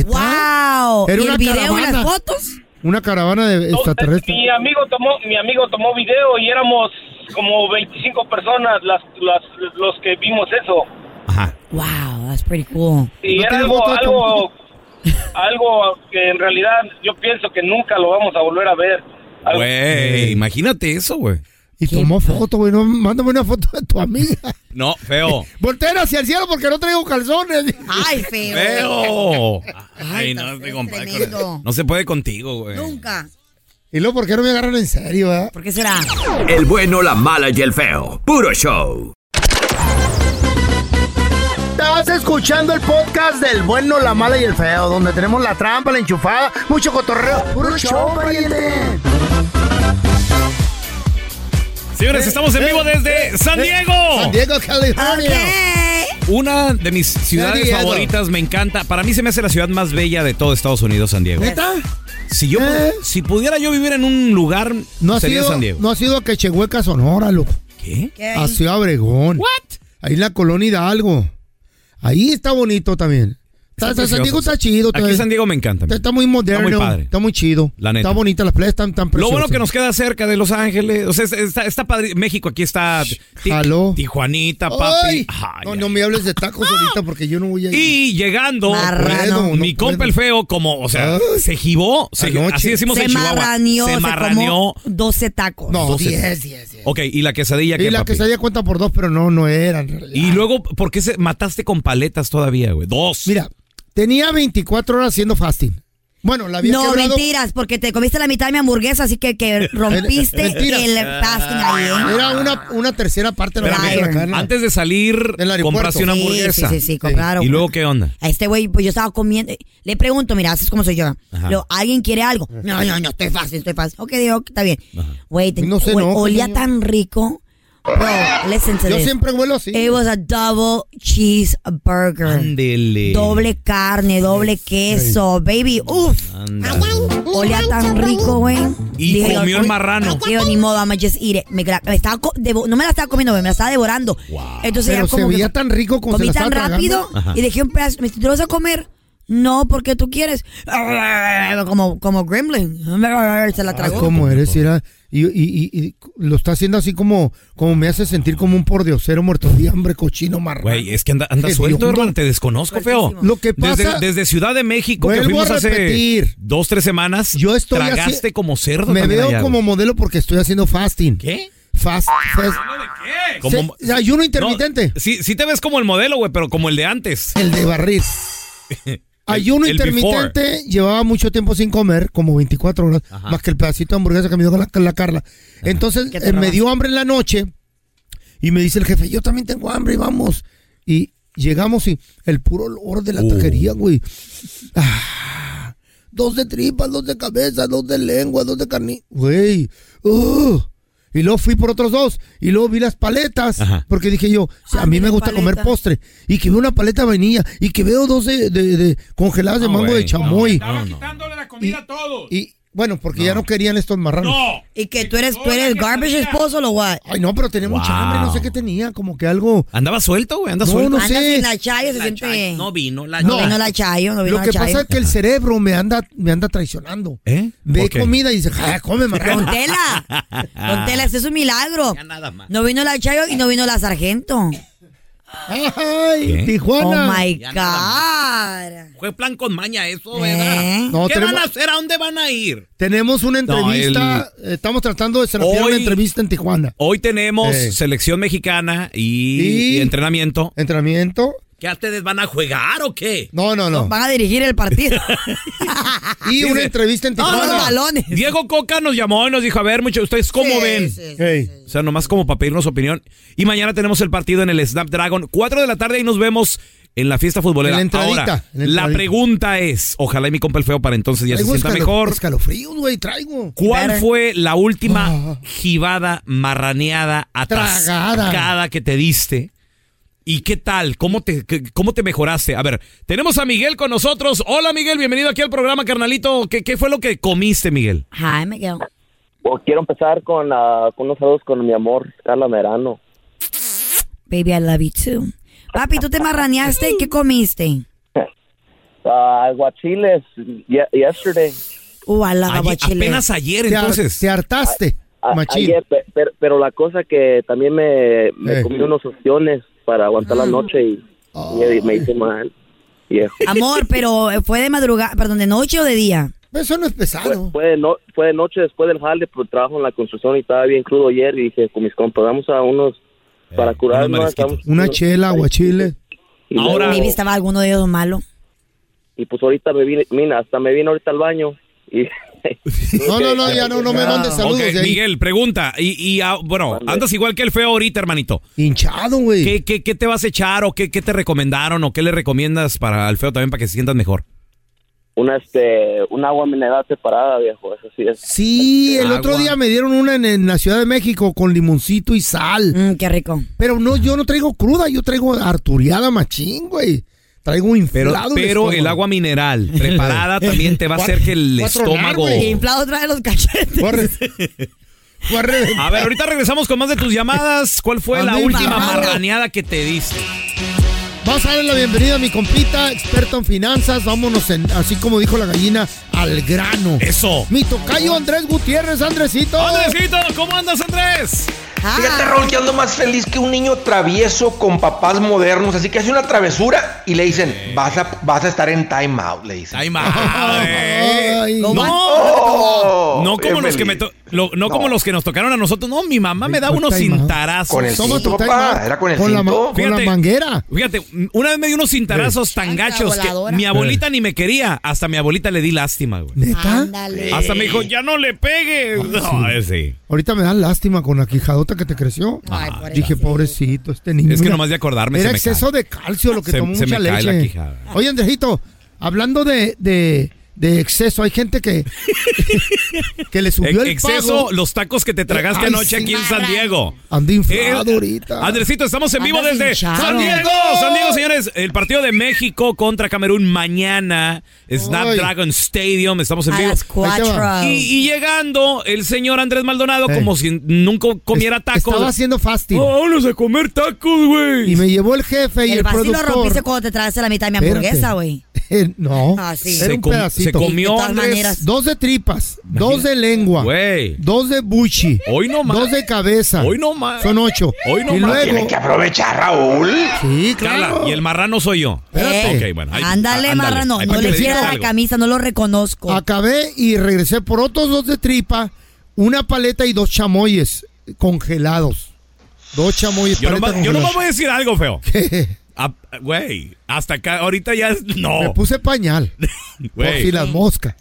Speaker 5: ¡Wow!
Speaker 6: ¿Ah? Era
Speaker 5: ¿Y el
Speaker 6: una
Speaker 5: video y
Speaker 6: caravana.
Speaker 5: las fotos?
Speaker 6: Una caravana de extraterrestres.
Speaker 12: Mi amigo tomó, mi amigo tomó video y éramos como 25 personas las, las- los que vimos eso.
Speaker 5: Wow, that's pretty cool.
Speaker 12: Y era algo, algo, algo que en realidad yo pienso que nunca lo vamos a volver a ver.
Speaker 4: Güey, imagínate eso, güey.
Speaker 6: Y tomó foto, güey. No, mándame una foto de
Speaker 5: <laughs>
Speaker 6: tu amiga.
Speaker 4: No, feo.
Speaker 6: Volteen hacia el cielo porque no traigo calzones.
Speaker 5: Ay, feo.
Speaker 4: Feo. <laughs> Ay, no, te compares con-
Speaker 6: tremendo.
Speaker 4: no se puede contigo, güey.
Speaker 5: Nunca.
Speaker 6: Y luego, ¿por qué no me agarran en serio, eh?
Speaker 5: ¿Por qué será?
Speaker 2: El bueno, la mala y el feo. Puro show.
Speaker 9: Estás escuchando el podcast del bueno, la mala y el feo, donde tenemos la trampa, la enchufada, mucho cotorreo. ¡Puro show, pariente!
Speaker 4: Señores, estamos en vivo desde San Diego.
Speaker 6: ¿Eh? San Diego, California.
Speaker 4: Una de mis
Speaker 6: San
Speaker 4: ciudades
Speaker 6: Diego.
Speaker 4: favoritas, me encanta. Para mí se me hace la ciudad más bella de todo Estados Unidos, San Diego.
Speaker 6: ¿Neta?
Speaker 4: Si yo pu- si pudiera yo vivir en un lugar,
Speaker 6: ¿Eh? No ha
Speaker 4: sería
Speaker 6: sido,
Speaker 4: San Diego.
Speaker 6: No ha sido a Quechehueca, Sonora, loco.
Speaker 4: ¿Qué?
Speaker 6: A Ciudad Obregón. Ahí en la colonia Hidalgo. Ahí está bonito también. Está- está- San
Speaker 4: precioso.
Speaker 6: Diego está chido.
Speaker 4: Aquí San Diego me encanta.
Speaker 6: Está, está muy moderno.
Speaker 4: Está
Speaker 6: Está muy,
Speaker 4: muy padre.
Speaker 6: chido.
Speaker 4: La neta.
Speaker 6: Está bonita, las playas están tan
Speaker 4: Lo
Speaker 6: preciosas.
Speaker 4: bueno que nos queda cerca de Los Ángeles, o sea, es- está, está padre. México, aquí está Ti- Tijuanita, papi.
Speaker 6: Ay,
Speaker 4: Ay,
Speaker 6: no, no me hables de tacos ahorita porque yo no voy a ir.
Speaker 4: Y llegando,
Speaker 6: Marrano.
Speaker 4: puedo, mi compa el feo, como, o sea, se jibó, se-
Speaker 6: Ah. Anoche.
Speaker 4: así decimos
Speaker 5: se
Speaker 4: en Chihuahua.
Speaker 5: marraneó,
Speaker 4: se
Speaker 5: se comió
Speaker 4: marraneó.
Speaker 5: 12 tacos.
Speaker 4: No, 12.
Speaker 6: 10,
Speaker 4: Ok, y la quesadilla
Speaker 6: Y
Speaker 4: qué,
Speaker 6: la
Speaker 4: papi?
Speaker 6: que se haya cuenta por dos, pero no, no eran.
Speaker 4: Y luego, ¿por qué se mataste con paletas todavía, güey? Dos.
Speaker 6: Mira, tenía 24 horas haciendo fasting. Bueno, la había
Speaker 5: no,
Speaker 6: quebrado-
Speaker 5: mentiras, porque te comiste la mitad de mi hamburguesa, así que,
Speaker 6: <laughs>
Speaker 5: que rompiste
Speaker 6: Mentira.
Speaker 5: <laughs> el fasting ahí. ¿eh?
Speaker 6: Era una, una tercera parte de la
Speaker 4: Espérame,
Speaker 6: de la carne.
Speaker 4: antes de salir, compraste una
Speaker 5: Sí,
Speaker 4: hamburguesa.
Speaker 5: sí, sí, sí, compraron.
Speaker 4: ¿Y luego qué onda?
Speaker 5: A este güey, pues yo estaba comiendo. Le pregunto, mira, así es como soy yo.
Speaker 4: Ajá.
Speaker 5: Lo, ¿Alguien quiere algo? No, no, no, estoy fácil, estoy fácil. Ok, digo, está bien. Güey, te-
Speaker 6: No se
Speaker 5: güey,
Speaker 6: enoje,
Speaker 5: olía
Speaker 6: niño.
Speaker 5: tan rico. Bro, listen to
Speaker 6: Yo
Speaker 5: this.
Speaker 6: siempre huelo así.
Speaker 5: It was a double cheeseburger.
Speaker 4: Ándele.
Speaker 5: Doble carne, doble queso, baby. Uf.
Speaker 4: Ándale.
Speaker 5: Olía tan rico, güey.
Speaker 4: Y comió el
Speaker 5: "Uy,
Speaker 4: marrano".
Speaker 5: Digo, ni modo, I'ma just eat it. Me la- me estaba co- devo- no me la estaba comiendo, me la estaba devorando. Entonces
Speaker 6: Pero
Speaker 5: era como
Speaker 6: se
Speaker 5: que-
Speaker 6: veía tan rico como se
Speaker 5: comí
Speaker 6: la
Speaker 5: tan
Speaker 6: estaba
Speaker 5: rápido
Speaker 6: tragando. Ajá.
Speaker 5: y dejé un pedazo. Me dice, ¿te lo vas a comer? No, porque tú quieres. <laughs> Como, como gremlin. Se la
Speaker 6: Ah,
Speaker 5: tragó.
Speaker 6: ¿Cómo eres? Y, era- y, y- y- y lo está haciendo así como, como me hace sentir como un pordiosero muerto de hambre, cochino, marrano.
Speaker 4: Güey, es que anda, anda
Speaker 6: Qué
Speaker 4: suelto,
Speaker 6: hediondo.
Speaker 4: hermano. Te desconozco, feo.
Speaker 6: Lo que
Speaker 4: Desde,
Speaker 6: pasa-
Speaker 4: desde Ciudad de México, que
Speaker 6: Vuelvo
Speaker 4: fuimos
Speaker 6: a
Speaker 4: hace
Speaker 6: repetir.
Speaker 4: dos, tres semanas, yo
Speaker 6: estoy
Speaker 4: tragaste
Speaker 6: así-
Speaker 4: como cerdo.
Speaker 6: Me
Speaker 4: también
Speaker 6: veo
Speaker 4: allá,
Speaker 6: como
Speaker 4: güey.
Speaker 6: modelo porque estoy haciendo fasting. ¿Qué? Fast, fast-
Speaker 4: Como-
Speaker 6: Se- ayuno intermitente.
Speaker 4: No, sí, sí te ves como el modelo, güey, pero como el de antes.
Speaker 6: El de barrir. Ayuno
Speaker 4: <laughs> el before.
Speaker 6: intermitente, llevaba mucho tiempo sin comer, como 24 horas,
Speaker 4: Ajá.
Speaker 6: más que el pedacito de hamburguesa que me dio la, la Carla. Entonces eh, me dio hambre en la noche y me dice el jefe, yo también tengo hambre, vamos. Y llegamos y el puro olor
Speaker 4: Uh.
Speaker 6: de la taquería, güey. Ah, dos de tripas, dos de cabeza, dos de lengua, dos de carne. Güey. ugh. Y luego fui por otros dos. Y luego vi las paletas. Porque dije yo,
Speaker 5: Ah,
Speaker 6: a mí me gusta comer postre. Y que veo una paleta de vainilla. Y que veo dos de, de- de congeladas de
Speaker 4: No,
Speaker 6: mango
Speaker 4: Ah, güey,
Speaker 6: de chamoy.
Speaker 4: no, no, no.
Speaker 6: comida todos. Y bueno, porque ya no querían estos marranos.
Speaker 5: Y que tú eres, tú eres garbage esposo, lo guay.
Speaker 6: Ay, no, pero tenía mucha hambre. No sé qué tenía. Como que algo.
Speaker 4: Andaba suelto, güey, anda
Speaker 6: No,
Speaker 4: suelto.
Speaker 6: no sé.
Speaker 5: Anda sin la chayo, se siente.
Speaker 22: No vino la
Speaker 5: No,
Speaker 22: chayo.
Speaker 5: vino la chayo, no vino
Speaker 6: Lo
Speaker 5: la
Speaker 6: que
Speaker 5: chayo.
Speaker 6: pasa es que el cerebro me anda, me anda traicionando.
Speaker 4: ¿Eh?
Speaker 6: Ve
Speaker 4: ¿Por qué?
Speaker 6: comida y dice, "Ah, come, marrano.
Speaker 5: Don Tela,
Speaker 4: Ah.
Speaker 5: Don Tela, este es un milagro. No vino la chayo y no vino la sargento.
Speaker 6: Ay,
Speaker 4: ¿Qué?
Speaker 6: Tijuana.
Speaker 5: Oh my
Speaker 22: Ya
Speaker 5: God. ¿Eh?
Speaker 22: Fue plan con maña eso, ¿verdad?
Speaker 6: No,
Speaker 22: ¿Qué
Speaker 6: tenemos-
Speaker 22: van a hacer? ¿A dónde van a ir?
Speaker 6: Tenemos una entrevista. eh, Estamos tratando de seleccionar
Speaker 4: Hoy-
Speaker 6: una entrevista en Tijuana.
Speaker 4: Hoy tenemos selección mexicana y, y entrenamiento.
Speaker 6: Entrenamiento.
Speaker 22: ¿Qué a ustedes van a jugar o qué?
Speaker 6: No, no, no.
Speaker 5: Van a dirigir el partido.
Speaker 6: <laughs> Y una entrevista en Tijuana.
Speaker 4: Diego Coca nos llamó y nos dijo, a ver, muchachos, ¿ustedes cómo
Speaker 6: Sí,
Speaker 4: ven?
Speaker 6: sí, sí, Ey. sí,
Speaker 4: O sea, nomás como para pedirnos opinión. Y mañana tenemos el partido en el Snapdragon. 4 de la tarde y nos vemos en la fiesta futbolera.
Speaker 6: En la entradita,
Speaker 4: Ahora,
Speaker 6: en la
Speaker 4: la
Speaker 6: entradita.
Speaker 4: pregunta es, ojalá y mi compa el feo para entonces ya se
Speaker 6: Traigo
Speaker 4: sienta
Speaker 6: escalo-
Speaker 4: mejor.
Speaker 6: Escalofríos, güey, traigo.
Speaker 4: ¿Cuál fue la última jibada, marraneada, atascada que te diste? ¿Y qué tal? ¿Cómo te, qué- ¿Cómo te mejoraste? A ver, tenemos a Miguel con nosotros. Hola Miguel, bienvenido aquí al programa, carnalito. ¿Qué, qué fue lo que comiste, Miguel?
Speaker 5: Hi, Miguel.
Speaker 8: Bueno, Pues, quiero empezar con, ah, con unos saludos con mi amor, Carla Merano.
Speaker 5: Baby, I love you too. Papi, ¿tú te marraneaste? ¿Qué comiste?
Speaker 8: Ah, aguachiles, ye- yesterday.
Speaker 5: Uh, I love
Speaker 8: Ayer-
Speaker 5: aguachile.
Speaker 8: apenas ayer, Te har- entonces.
Speaker 6: Te hartaste.
Speaker 8: A-
Speaker 6: machín. Eh.
Speaker 8: ayer, pe- per- pero, la cosa que también me, me comí unos opciones para aguantar
Speaker 5: Ah.
Speaker 8: la noche y, y me hice mal. viejo.
Speaker 6: <laughs>
Speaker 5: Amor, pero eh, fue de madrugada, perdón, de noche o de día.
Speaker 6: Eso no es pesado.
Speaker 8: Fue, fue de no- fue de noche después del jale, pues trabajo en la construcción y estaba bien crudo ayer y dije con mis compas, vamos a Eh, unos para curarnos. vamos a
Speaker 6: Una
Speaker 8: unos-
Speaker 6: chela, aguachile.
Speaker 8: y luego-
Speaker 5: Baby, estaba alguno de ellos malo.
Speaker 8: y pues ahorita me vine, mira, hasta me vine ahorita al baño y...
Speaker 6: <laughs> No, no, no, ya no, no me mandes saludos.
Speaker 4: Ok,
Speaker 6: de ahí.
Speaker 4: Miguel, pregunta. Y, y, ah, bueno, andas igual que el feo ahorita, hermanito.
Speaker 6: Hinchado, güey.
Speaker 4: ¿Qué, qué, qué te vas a echar o qué, qué te recomendaron o qué le recomiendas para el feo también para que se sientas mejor?
Speaker 8: Una, este, un agua mineral separada, viejo, eso sí es.
Speaker 6: Sí, el
Speaker 8: Agua.
Speaker 6: otro día me dieron una en, en la Ciudad de México con limoncito y sal.
Speaker 5: Mm, qué rico.
Speaker 6: Pero no, yo no traigo cruda, yo traigo arturiada machín, güey. Traigo
Speaker 4: Pero,
Speaker 6: inflado
Speaker 4: pero el agua mineral preparada también te va a hacer que el estómago...
Speaker 5: Y inflado trae los cachetes.
Speaker 4: A ver, ahorita regresamos con más de tus llamadas. ¿Cuál fue la
Speaker 5: Amiga.
Speaker 4: última marraneada que te diste?
Speaker 6: Vamos a darle la bienvenida a mi compita, experto en finanzas. Vámonos, en, así como dijo la gallina, al grano.
Speaker 4: Eso.
Speaker 6: Mi tocayo Andrés Gutiérrez, Andresito. Ah.
Speaker 4: Andresito, ¿cómo andas, Andrés?
Speaker 18: Fíjate, Raúl, que ando más feliz que un niño travieso con papás modernos. Así que hace una travesura y le dicen, vas, a, vas a estar en time out, le dicen.
Speaker 4: Time out.
Speaker 18: No,
Speaker 4: No como los que me to- lo- no, como los que nos tocaron a nosotros. No, mi mamá me da unos cintarazos.
Speaker 18: Con el Toma cinto, tu papá, timeout. era con el
Speaker 6: Con la cinto. ma- con la manguera.
Speaker 4: Fíjate, una vez me dio unos cintarazos tan gachos que
Speaker 6: voladora.
Speaker 4: mi abuelita
Speaker 6: Eh.
Speaker 4: ni me quería. Hasta a mi abuelita le di lástima, güey.
Speaker 6: Ándale.
Speaker 4: Hasta me dijo, ya no le pegues. No,
Speaker 6: Ah, sí.
Speaker 4: sí.
Speaker 6: Ahorita me da lástima con la quijadota que te creció. Dije, pobrecito, este niño.
Speaker 4: Es que
Speaker 6: mira,
Speaker 4: nomás de acordarme
Speaker 6: Era
Speaker 4: se me
Speaker 6: exceso de calcio lo que
Speaker 4: Se-
Speaker 6: tomó
Speaker 4: se me
Speaker 6: mucha
Speaker 4: cae la
Speaker 6: leche.
Speaker 4: quijada.
Speaker 6: Oye, Andrejito, hablando de, de, de exceso, hay gente
Speaker 4: <laughs>
Speaker 6: que,
Speaker 4: Eh,
Speaker 6: que le subió
Speaker 4: En
Speaker 6: el
Speaker 4: exceso
Speaker 6: pago.
Speaker 4: los tacos que te tragaste
Speaker 6: Ay, sí.
Speaker 4: anoche aquí en San Diego.
Speaker 6: Ando inflado
Speaker 4: Eh,
Speaker 6: ahorita.
Speaker 4: Andresito, estamos en vivo
Speaker 6: Andas
Speaker 4: desde
Speaker 6: hinchado.
Speaker 4: San Diego. San Diego, señores. El partido de México contra Camerún mañana. Snapdragon Stadium. Estamos en
Speaker 5: A
Speaker 4: vivo.
Speaker 5: las cuatro.
Speaker 4: Ahí te va. Y, y llegando el señor Andrés Maldonado
Speaker 6: Eh.
Speaker 4: como si nunca comiera tacos.
Speaker 6: Estaba haciendo fasting.
Speaker 4: Oh, vámonos a comer tacos, güey.
Speaker 6: Y me llevó el jefe y
Speaker 5: El,
Speaker 6: el,
Speaker 5: vacío lo
Speaker 6: productor.
Speaker 5: rompiste cuando te tragaste la mitad de mi hamburguesa,
Speaker 6: Espérate.
Speaker 5: güey.
Speaker 6: <laughs> Eh, no.
Speaker 5: Ah, sí.
Speaker 6: Era
Speaker 5: Se
Speaker 6: un
Speaker 5: com-
Speaker 6: pedacito.
Speaker 5: se comió, De todas Andrés, maneras.
Speaker 6: Dos de tripas, dos de lengua, dos de buchi,
Speaker 4: Hoy no más.
Speaker 6: dos de cabeza.
Speaker 4: Hoy no más.
Speaker 6: Son ocho.
Speaker 4: Hoy no
Speaker 6: y
Speaker 4: más.
Speaker 6: Luego,
Speaker 4: Tiene que aprovechar,
Speaker 18: Raúl.
Speaker 6: Sí,
Speaker 4: Carla,
Speaker 6: claro.
Speaker 4: y el marrano soy yo.
Speaker 6: Espérate.
Speaker 4: Ok, bueno, ahí-
Speaker 5: Eh, Ándale,
Speaker 4: á-
Speaker 5: marrano.
Speaker 4: Ahí
Speaker 5: No
Speaker 4: para que
Speaker 5: le
Speaker 4: digas
Speaker 5: quiera la
Speaker 4: algo.
Speaker 5: camisa, no lo reconozco.
Speaker 6: Acabé y regresé por otros dos de tripa, una paleta y dos chamoyes congelados. Dos chamoyes.
Speaker 4: Yo no,
Speaker 6: paleta
Speaker 4: yo
Speaker 6: congelada.
Speaker 4: nomás voy a decir algo feo. Ah, Güey, hasta acá, ahorita ya es-
Speaker 6: Me
Speaker 4: no.
Speaker 6: puse pañal. por
Speaker 4: <laughs> Güey.
Speaker 6: si las moscas.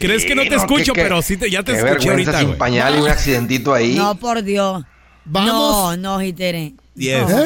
Speaker 4: Crees que no te
Speaker 18: Sí,
Speaker 4: escucho,
Speaker 18: qué-
Speaker 4: pero sí te- ya te
Speaker 18: qué
Speaker 4: escuché
Speaker 18: vergüenza
Speaker 4: ahorita,
Speaker 18: sin
Speaker 4: güey.
Speaker 18: pañal y
Speaker 5: Ah,
Speaker 18: un accidentito ahí.
Speaker 5: No, por Dios.
Speaker 18: Vamos.
Speaker 5: No, no, Jitere.
Speaker 18: Yes.
Speaker 5: No.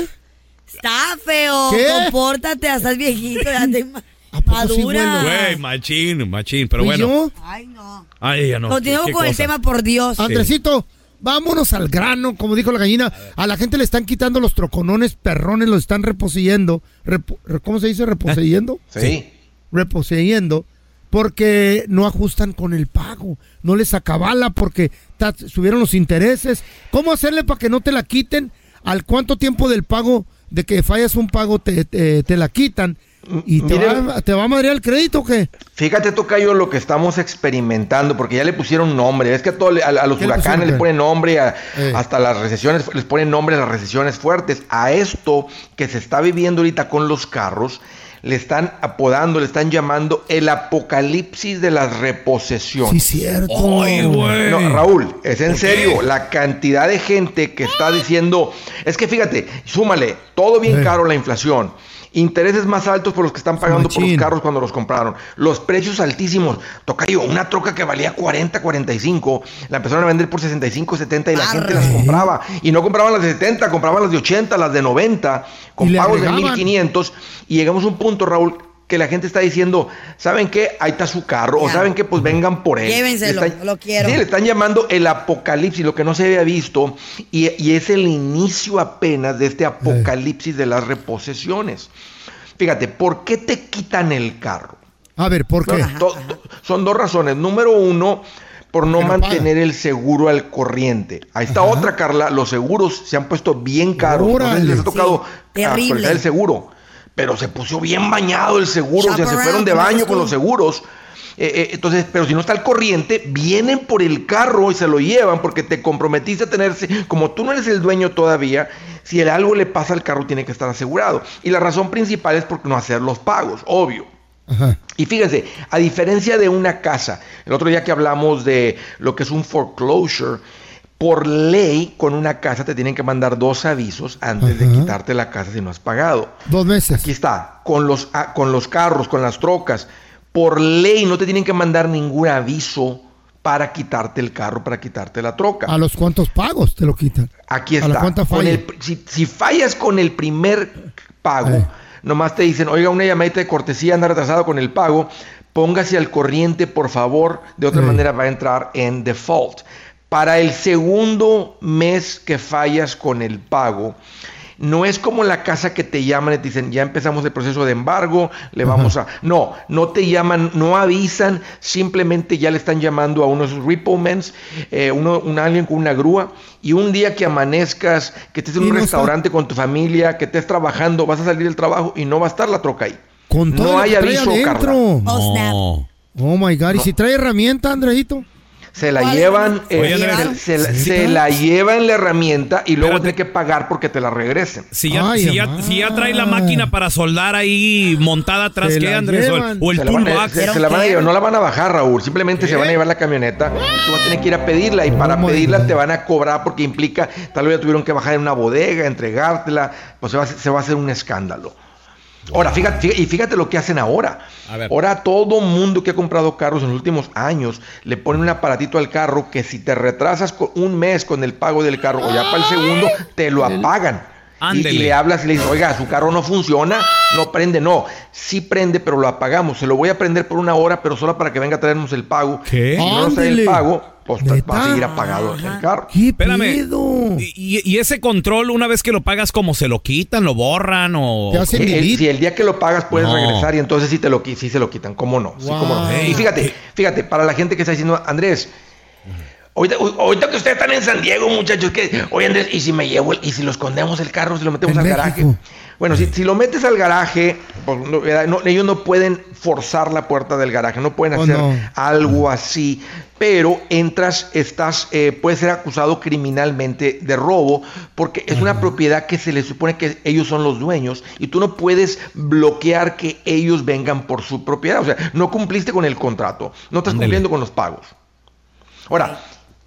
Speaker 5: Está feo.
Speaker 6: ¿Eh? ¿Qué? Ah, pues,
Speaker 5: Compórtate, ya estás viejito, ya te
Speaker 6: <laughs>
Speaker 5: ma-
Speaker 6: sí,
Speaker 5: madura.
Speaker 4: Güey, machín, machín, pero
Speaker 6: ¿Fui
Speaker 4: bueno.
Speaker 6: yo?
Speaker 5: Ay, no.
Speaker 4: Ay, ya Ah, no.
Speaker 5: Continuamos
Speaker 4: qué- qué
Speaker 5: con el
Speaker 4: cosa.
Speaker 5: tema, por Dios.
Speaker 6: Andresito, vámonos al grano, como dijo la gallina. A la gente le están quitando los troconones, perrones, los están reposeyendo. Repo- re- ¿Cómo se dice? ¿Reposeyendo?
Speaker 18: <laughs> Sí.
Speaker 6: Reposeyendo. Porque no ajustan con el pago. No les acabala porque ta- subieron los intereses. ¿Cómo hacerle para que no te la quiten? ¿Al cuánto tiempo del pago, de que fallas un pago, te, te- te la quitan? ¿Y te
Speaker 18: Mire-
Speaker 6: va, te va a madrear el crédito o qué?
Speaker 18: Fíjate, Tocayo, lo que estamos experimentando, porque ya le pusieron nombre. Es que a, todo le- a- a los
Speaker 6: ¿Qué le pusieron,
Speaker 18: huracanes le
Speaker 6: qué? Eh.
Speaker 18: ponen nombre, a- hasta las recesiones, les ponen nombre a las recesiones fuertes. A esto que se está viviendo ahorita con los carros, le están apodando, le están llamando el apocalipsis de las reposesiones.
Speaker 6: Sí, cierto.
Speaker 18: No, Raúl, es en serio, la cantidad de gente que está diciendo, es que fíjate, súmale, todo bien caro la inflación. Intereses más altos por los que están pagando por los carros cuando los compraron. Los precios altísimos. Tocayo, una troca que valía 40, 45, la empezaron a vender por 65, 70 y la gente las compraba. Y no compraban las de 70, compraban las de 80, las de 90,
Speaker 6: Y
Speaker 18: con
Speaker 6: le
Speaker 18: pagos de
Speaker 6: agregaban.
Speaker 18: 1500. Y llegamos a un punto, Raúl, que la gente está diciendo, ¿saben qué? Ahí está su carro. O ¿saben qué? Pues vengan por él.
Speaker 5: Llévenselo,
Speaker 18: Le están-
Speaker 5: lo quiero.
Speaker 18: Sí, le están llamando el apocalipsis, lo que no se había visto, y, y es el inicio apenas de
Speaker 6: Eh.
Speaker 18: este apocalipsis de las reposesiones. Fíjate, ¿por qué te quitan el carro?
Speaker 6: A ver, ¿por qué?
Speaker 18: Do- do- son dos razones. Número uno, por no mantener el seguro al corriente. Ahí está otra, Carla. Los seguros se han puesto bien caros. No sé si
Speaker 6: Órale.
Speaker 18: les ha tocado
Speaker 6: Sí,
Speaker 18: actualizar
Speaker 6: terrible.
Speaker 18: el seguro. Pero se puso bien bañado el seguro. O sea, se
Speaker 6: Chaparral,
Speaker 18: fueron de
Speaker 6: como
Speaker 18: baño
Speaker 6: dices
Speaker 18: con
Speaker 6: tú.
Speaker 18: los seguros. Eh, eh, entonces, pero si no está al corriente, vienen por el carro y se lo llevan porque te comprometiste a tenerse. Como tú no eres el dueño todavía, si el- algo le pasa al carro, tiene que estar asegurado. Y la razón principal es por no hacer los pagos, obvio. Y fíjense, a diferencia de una casa, el otro día que hablamos de lo que es un foreclosure, por ley con una casa te tienen que mandar dos avisos antes de quitarte la casa si no has pagado.
Speaker 6: Dos meses.
Speaker 18: Aquí está, con los, ah, con los carros, con las trocas. Por ley no te tienen que mandar ningún aviso para quitarte el carro, para quitarte la troca.
Speaker 6: ¿A los cuantos pagos te lo quitan?
Speaker 18: Aquí
Speaker 6: ¿A la
Speaker 18: está.
Speaker 6: cuánta
Speaker 18: Con
Speaker 6: falla?
Speaker 18: el pr- si, si fallas con el primer pago,
Speaker 6: Eh.
Speaker 18: nomás te dicen, oiga, una llamadita de cortesía, anda retrasado con el pago, póngase al corriente, por favor, de
Speaker 6: Eh.
Speaker 18: otra manera va a entrar en default. Para el segundo mes que fallas con el pago, No es como la casa que te llaman y te dicen, ya empezamos el proceso de embargo, le vamos a... <laughs> No, no te llaman, no avisan, simplemente ya le están llamando a unos repo-mans, eh, uno, un alguien con una grúa, y un día que amanezcas, que estés en
Speaker 6: Y
Speaker 18: un
Speaker 6: no está-
Speaker 18: restaurante con tu familia, que estés trabajando, vas a salir del trabajo y no va a estar la troca ahí.
Speaker 6: Con todo
Speaker 18: no
Speaker 6: lo
Speaker 18: hay
Speaker 6: que trae
Speaker 18: aviso,
Speaker 6: adentro.
Speaker 18: carnal.
Speaker 6: Oh, my God. ¿Y si trae herramienta, Andreito?
Speaker 18: Se la llevan, eh,
Speaker 6: Oye, Andrea,
Speaker 18: se- se, la-
Speaker 6: ¿sí?
Speaker 18: se la llevan la herramienta y luego tiene que pagar porque te la regresen.
Speaker 4: Si ya, si ya, si ya trae la máquina para soldar ahí montada atrás,
Speaker 18: Se
Speaker 4: ¿qué,
Speaker 18: la
Speaker 4: Andrés? O el,
Speaker 18: llevan.
Speaker 4: o el ¿Eh?
Speaker 18: se la van a-
Speaker 4: toolbox.
Speaker 18: se- se la van a llevar, no la van a bajar, Raúl. Simplemente se van a llevar la camioneta. y Tú vas a tener que ir a pedirla y para pedirla te van a cobrar porque implica, tal vez la tuvieron que bajar en una bodega, entregártela. Pues se va, a hacer- se va a hacer un escándalo. Ahora, fíjate, fíjate- y fíjate lo que hacen ahora.
Speaker 14: A ver.
Speaker 18: Ahora todo mundo que ha comprado carros en los últimos años le ponen un aparatito al carro que si te retrasas con un mes con el pago del carro o ya para el segundo, te lo apagan. Y, y
Speaker 4: Ándele.
Speaker 18: le hablas y le dices, oiga, su carro no funciona, no prende, no, sí prende, pero lo apagamos, se lo voy a prender por una hora, pero solo para que venga a traernos el pago.
Speaker 4: ¿Qué?
Speaker 18: Si no nos trae el
Speaker 4: Ándele.
Speaker 18: pago, pues va a seguir apagado el carro.
Speaker 4: Espérame. Y, y- y ese control, una vez que lo pagas, como se lo quitan, lo borran o.
Speaker 18: El- Eh, si el día que lo pagas puedes
Speaker 4: No.
Speaker 18: regresar y entonces sí te lo qui- sí se lo quitan, cómo no, sí, cómo no.
Speaker 4: Wow.
Speaker 18: Y fíjate, fíjate, para la gente que está diciendo, Andrés, ahorita, ahorita que ustedes están en San Diego, muchachos, que, oye Andrés, y si me llevo el- y si lo escondemos el carro, si lo metemos al garaje. Bueno, si, si lo metes al garaje, pues, no, ¿verdad? No, ellos no pueden forzar la puerta del garaje, no pueden
Speaker 6: Oh,
Speaker 18: hacer
Speaker 6: no.
Speaker 18: algo así. Pero entras, estás, eh, puedes ser acusado criminalmente de robo porque es
Speaker 6: Ah.
Speaker 18: una propiedad que se le supone que ellos son los dueños y tú no puedes bloquear que ellos vengan por su propiedad. O sea, no cumpliste con el contrato, no estás cumpliendo con los pagos. Ahora,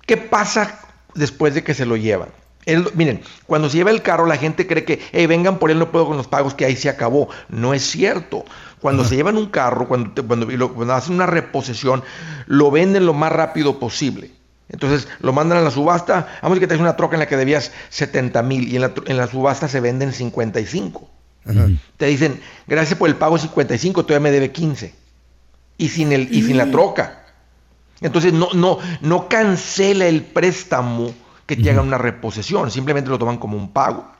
Speaker 18: ¿qué pasa después de que se lo llevan? Él- miren, cuando se lleva el carro, la gente cree que, "Hey, vengan por él, no puedo con los pagos, que ahí se acabó. No es cierto. Cuando se llevan un carro, cuando, te- cuando- y lo- cuando hacen una reposición, lo venden lo más rápido posible. Entonces lo mandan a la subasta, vamos a decir que traes una troca en la que debías 70 mil y en la, tr- en la subasta se venden 55. Te dicen, gracias por el pago 55, todavía me debe 15. Y sin, el, y sin la troca. Entonces no, no, no cancela el préstamo que te haga una reposición, simplemente lo toman como un pago.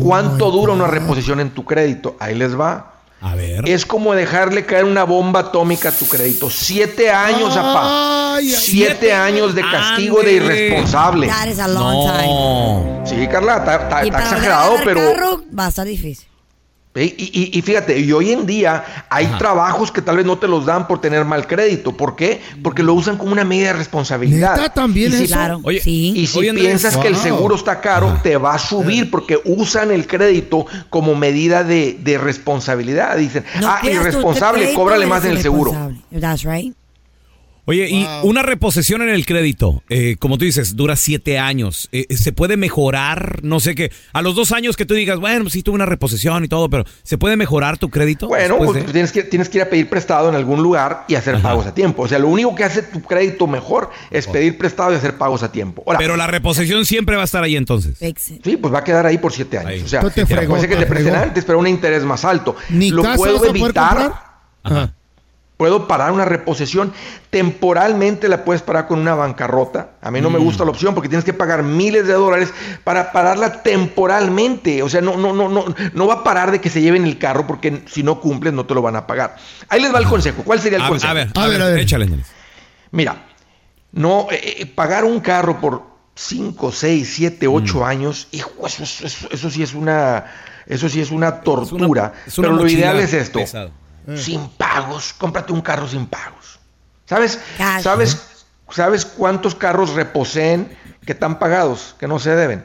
Speaker 18: ¿Cuánto dura una reposición en tu crédito? Ahí les va.
Speaker 4: A ver.
Speaker 18: Es como dejarle caer una bomba atómica a tu crédito. Siete años, apá.
Speaker 5: Ay, ay,
Speaker 18: Siete,
Speaker 5: siete.
Speaker 18: años de castigo de
Speaker 5: Ándele.
Speaker 18: irresponsable.
Speaker 5: That is a long
Speaker 18: no. Sí, Carla, está- está-
Speaker 5: y
Speaker 18: está
Speaker 5: para
Speaker 18: exagerado,
Speaker 5: lavar
Speaker 18: pero...
Speaker 5: carro va a estar difícil.
Speaker 18: Y, y- y- y fíjate, y hoy en día hay trabajos que tal vez no te los dan por tener mal crédito. ¿Por qué? Porque lo usan como una medida de responsabilidad.
Speaker 6: ¿Neta también
Speaker 18: y si,
Speaker 6: eso? Claro,
Speaker 18: Oye,
Speaker 6: sí.
Speaker 18: y si
Speaker 6: Oye, Andrés,
Speaker 18: piensas que el
Speaker 6: wow.
Speaker 18: seguro está caro, te va a subir porque usan el crédito como medida de, de responsabilidad. Dicen, ah,
Speaker 5: Cuidas tu- tu
Speaker 18: irresponsable,
Speaker 5: crédito,
Speaker 18: cóbrale
Speaker 5: eres
Speaker 18: más en el seguro.
Speaker 5: irresponsable. That's right.
Speaker 4: Oye, y una reposición en el crédito, eh, como tú dices, dura siete años. Eh, ¿Se puede mejorar? No sé qué. A los dos años que tú digas, bueno, pues sí tuve una reposición y todo, pero ¿se puede mejorar tu crédito?
Speaker 18: Bueno,
Speaker 4: después
Speaker 18: pues
Speaker 4: de-
Speaker 18: tienes, que, tienes que ir a pedir prestado en algún lugar y hacer pagos a tiempo. O sea, lo único que hace tu crédito mejor es pedir prestado y hacer pagos a tiempo. Ahora,
Speaker 4: Pero la reposición siempre va a estar ahí entonces.
Speaker 18: Sí, pues va a quedar ahí por siete años. O sea,
Speaker 4: Tú te
Speaker 18: mira,
Speaker 4: fregó,
Speaker 18: puede ser que
Speaker 4: te
Speaker 18: te presten
Speaker 4: fregó.
Speaker 18: antes, pero a un interés más alto.
Speaker 6: Ni
Speaker 18: Lo
Speaker 6: casa
Speaker 18: puedo
Speaker 6: vas a poder comprar.
Speaker 18: evitar. Puedo parar una reposición. Temporalmente la puedes parar con una bancarrota. A mí no me
Speaker 4: Mm.
Speaker 18: gusta la opción porque tienes que pagar miles de dólares para pararla temporalmente. O sea, no, no, no, no, no va a parar de que se lleven el carro porque si no cumples no te lo van a pagar. Ahí les va el consejo. ¿Cuál sería el
Speaker 4: A,
Speaker 18: consejo?
Speaker 4: a ver, a, ver, échale. Andrés.
Speaker 18: Mira, no eh, eh, pagar un carro por 5, 6, 7,
Speaker 4: Mm.
Speaker 18: 8 años, hijo, eso, es- eso- eso sí es una eso sí es una tortura.
Speaker 4: es una
Speaker 18: pero lo
Speaker 4: mochila
Speaker 18: ideal es esto.
Speaker 4: pesada.
Speaker 6: Eh.
Speaker 18: Sin pagos, cómprate un carro sin pagos. ¿Sabes? ¿Sabes sabes cuántos carros reposeen que están pagados, que no se deben?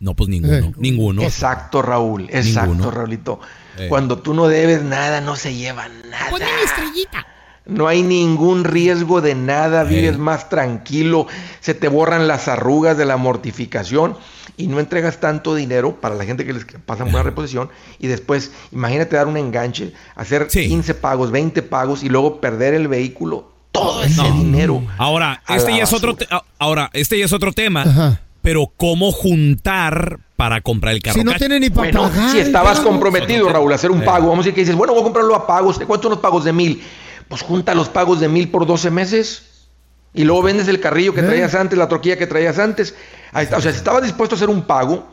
Speaker 4: No, pues ninguno. Ninguno.
Speaker 18: Exacto, Raúl. Exacto, Raulito.
Speaker 4: Eh.
Speaker 18: Cuando tú no debes nada, no se lleva nada. estrellita. No hay ningún riesgo de nada, vives más tranquilo, se te borran las arrugas de la mortificación y no entregas tanto dinero para la gente que les pasa una reposición y después, imagínate dar un enganche, hacer 15 pagos, 20 pagos y luego perder el vehículo, todo ese dinero.
Speaker 4: Ahora,
Speaker 18: A
Speaker 4: este
Speaker 18: la
Speaker 4: ya es otro te- a- ahora, este ya es otro tema, pero cómo juntar para comprar el carro. Eh.
Speaker 18: Si no
Speaker 4: Cash?
Speaker 18: tiene ni pa' Bueno, pagar si el estabas carro. comprometido, Raúl, a hacer un pago, vamos a decir que dices, bueno, voy a comprarlo a pagos, ¿de cuántos son los pagos de mil? Pues junta los pagos de mil por 12 meses y luego vendes el carrillo que traías antes, la troquilla que traías antes. Ahí está. O sea, si estabas dispuesto a hacer un pago,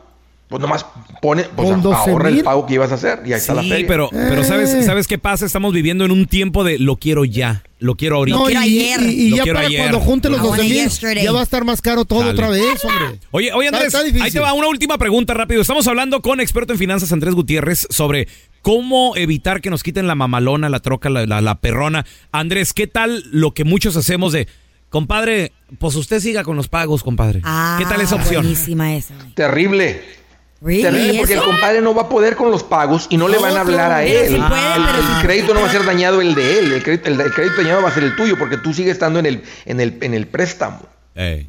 Speaker 18: Pues nomás pone, pues
Speaker 4: Con 12
Speaker 18: ahorra el
Speaker 4: mil. Eh.
Speaker 18: pago que ibas a hacer y ahí está la
Speaker 4: Sí,
Speaker 18: feria.
Speaker 4: pero,
Speaker 18: Eh.
Speaker 4: pero ¿sabes, ¿sabes qué pasa? Estamos viviendo en un tiempo de lo quiero ya, lo quiero ahorita.
Speaker 6: No, y, y- y
Speaker 4: Lo
Speaker 6: ya
Speaker 4: quiero
Speaker 6: para
Speaker 4: ayer.
Speaker 6: cuando junte los
Speaker 4: Ah, bueno,
Speaker 6: 12 mil,
Speaker 4: yesterday.
Speaker 6: ya va a estar más caro todo
Speaker 4: Dale.
Speaker 6: otra vez, hombre.
Speaker 4: Oye, oye Andrés,
Speaker 6: Está- está difícil.
Speaker 4: ahí te va una última pregunta rápido. Estamos hablando con experto en finanzas Andrés Gutiérrez sobre cómo evitar que nos quiten la mamalona, la troca, la, la- la perrona. Andrés, ¿qué tal lo que muchos hacemos de, compadre, pues usted siga con los pagos, compadre? ¿Qué tal esa opción?
Speaker 5: Ah, Buenísima esa.
Speaker 18: Terrible.
Speaker 5: Really?
Speaker 18: Terrible porque el
Speaker 5: ¿Eso?
Speaker 18: compadre no va a poder con los pagos y no le van a hablar a
Speaker 5: Pero
Speaker 18: él.
Speaker 5: sí puede,
Speaker 4: Ah.
Speaker 18: El-
Speaker 5: pero
Speaker 18: el,
Speaker 5: sí.
Speaker 18: crédito no va a ser dañado el de él, el crédito, el- el crédito dañado va a ser el tuyo porque tú sigues estando en el, en el, en el préstamo. Y,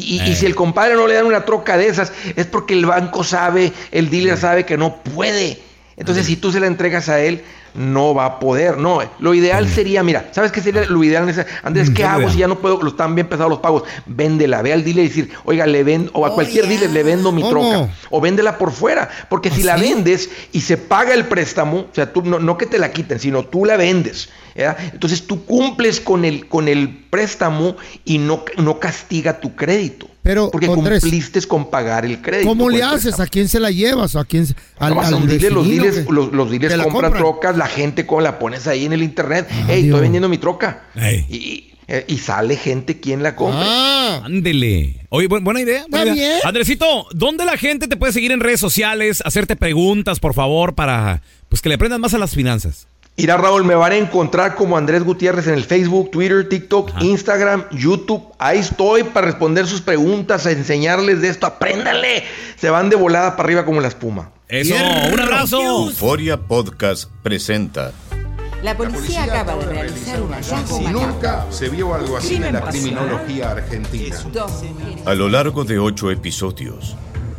Speaker 18: y- y
Speaker 11: Ey.
Speaker 18: si el compadre no le dan una troca de esas, es porque el banco sabe, el dealer sabe que no puede. Entonces, si tú se la entregas a él, no va a poder. No, lo ideal sería, mira, ¿sabes qué sería lo ideal? en ese- Andrés,
Speaker 11: Mm,
Speaker 18: ¿qué
Speaker 11: ¿qué es lo
Speaker 18: hago si
Speaker 11: ideal?
Speaker 18: ya no puedo? Lo están bien pesados los pagos. Véndela, ve al dealer y decir, oiga, le vendo, o a cualquier dealer le vendo mi
Speaker 11: ¿Cómo?
Speaker 18: troca. O véndela por fuera. Porque si
Speaker 6: ¿Ah,
Speaker 18: la vendes y se paga el préstamo, o sea, tú no, no que te la quiten, sino tú la vendes. ¿ya? Entonces tú cumples con el, con el préstamo y no, no castiga tu crédito.
Speaker 6: Pero,
Speaker 18: porque
Speaker 6: Andrés,
Speaker 18: cumpliste con pagar el crédito.
Speaker 6: ¿Cómo
Speaker 18: con
Speaker 6: le
Speaker 18: el
Speaker 6: haces? ¿A quién se la llevas? ¿A quién? se- Al,
Speaker 18: no vas a
Speaker 6: al
Speaker 18: un dealer, los
Speaker 6: vecino,
Speaker 18: dealers,
Speaker 6: que-
Speaker 18: los, los dealers
Speaker 6: que la
Speaker 18: compran,
Speaker 6: compran.
Speaker 18: trocas, la gente como la pones ahí en el internet, hey,
Speaker 6: Dios.
Speaker 18: estoy vendiendo mi troca. Y, eh, y sale gente quien la compra.
Speaker 6: Ah,
Speaker 4: Ándele. Oye, bu- buena idea. buena
Speaker 18: Está
Speaker 4: idea.
Speaker 18: bien.
Speaker 4: Andresito, ¿dónde la gente te puede seguir en redes sociales, hacerte preguntas, por favor, para pues que le aprendas más a las finanzas?
Speaker 18: Mira, Raúl, me van a encontrar como Andrés Gutiérrez en el Facebook, Twitter, TikTok, Instagram, YouTube. Ahí estoy para responder sus preguntas, a enseñarles de esto. Apréndanle. Se van de volada para arriba como la espuma.
Speaker 4: Eso, un abrazo.
Speaker 10: Euforia Podcast presenta.
Speaker 3: La policía acaba de realizar un hallazgo
Speaker 10: nunca se vio algo así en la criminología argentina. A lo largo de ocho episodios,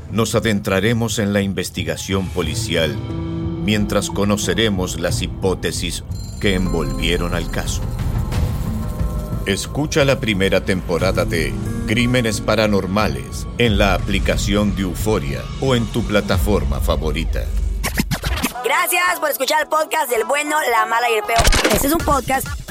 Speaker 10: nos adentraremos en la investigación policial mientras conoceremos las hipótesis que envolvieron al caso. Escucha la primera temporada de Crímenes Paranormales en la aplicación de Euforia o en tu plataforma favorita.
Speaker 5: Gracias por escuchar el podcast del bueno, la mala y el peor. Este es un podcast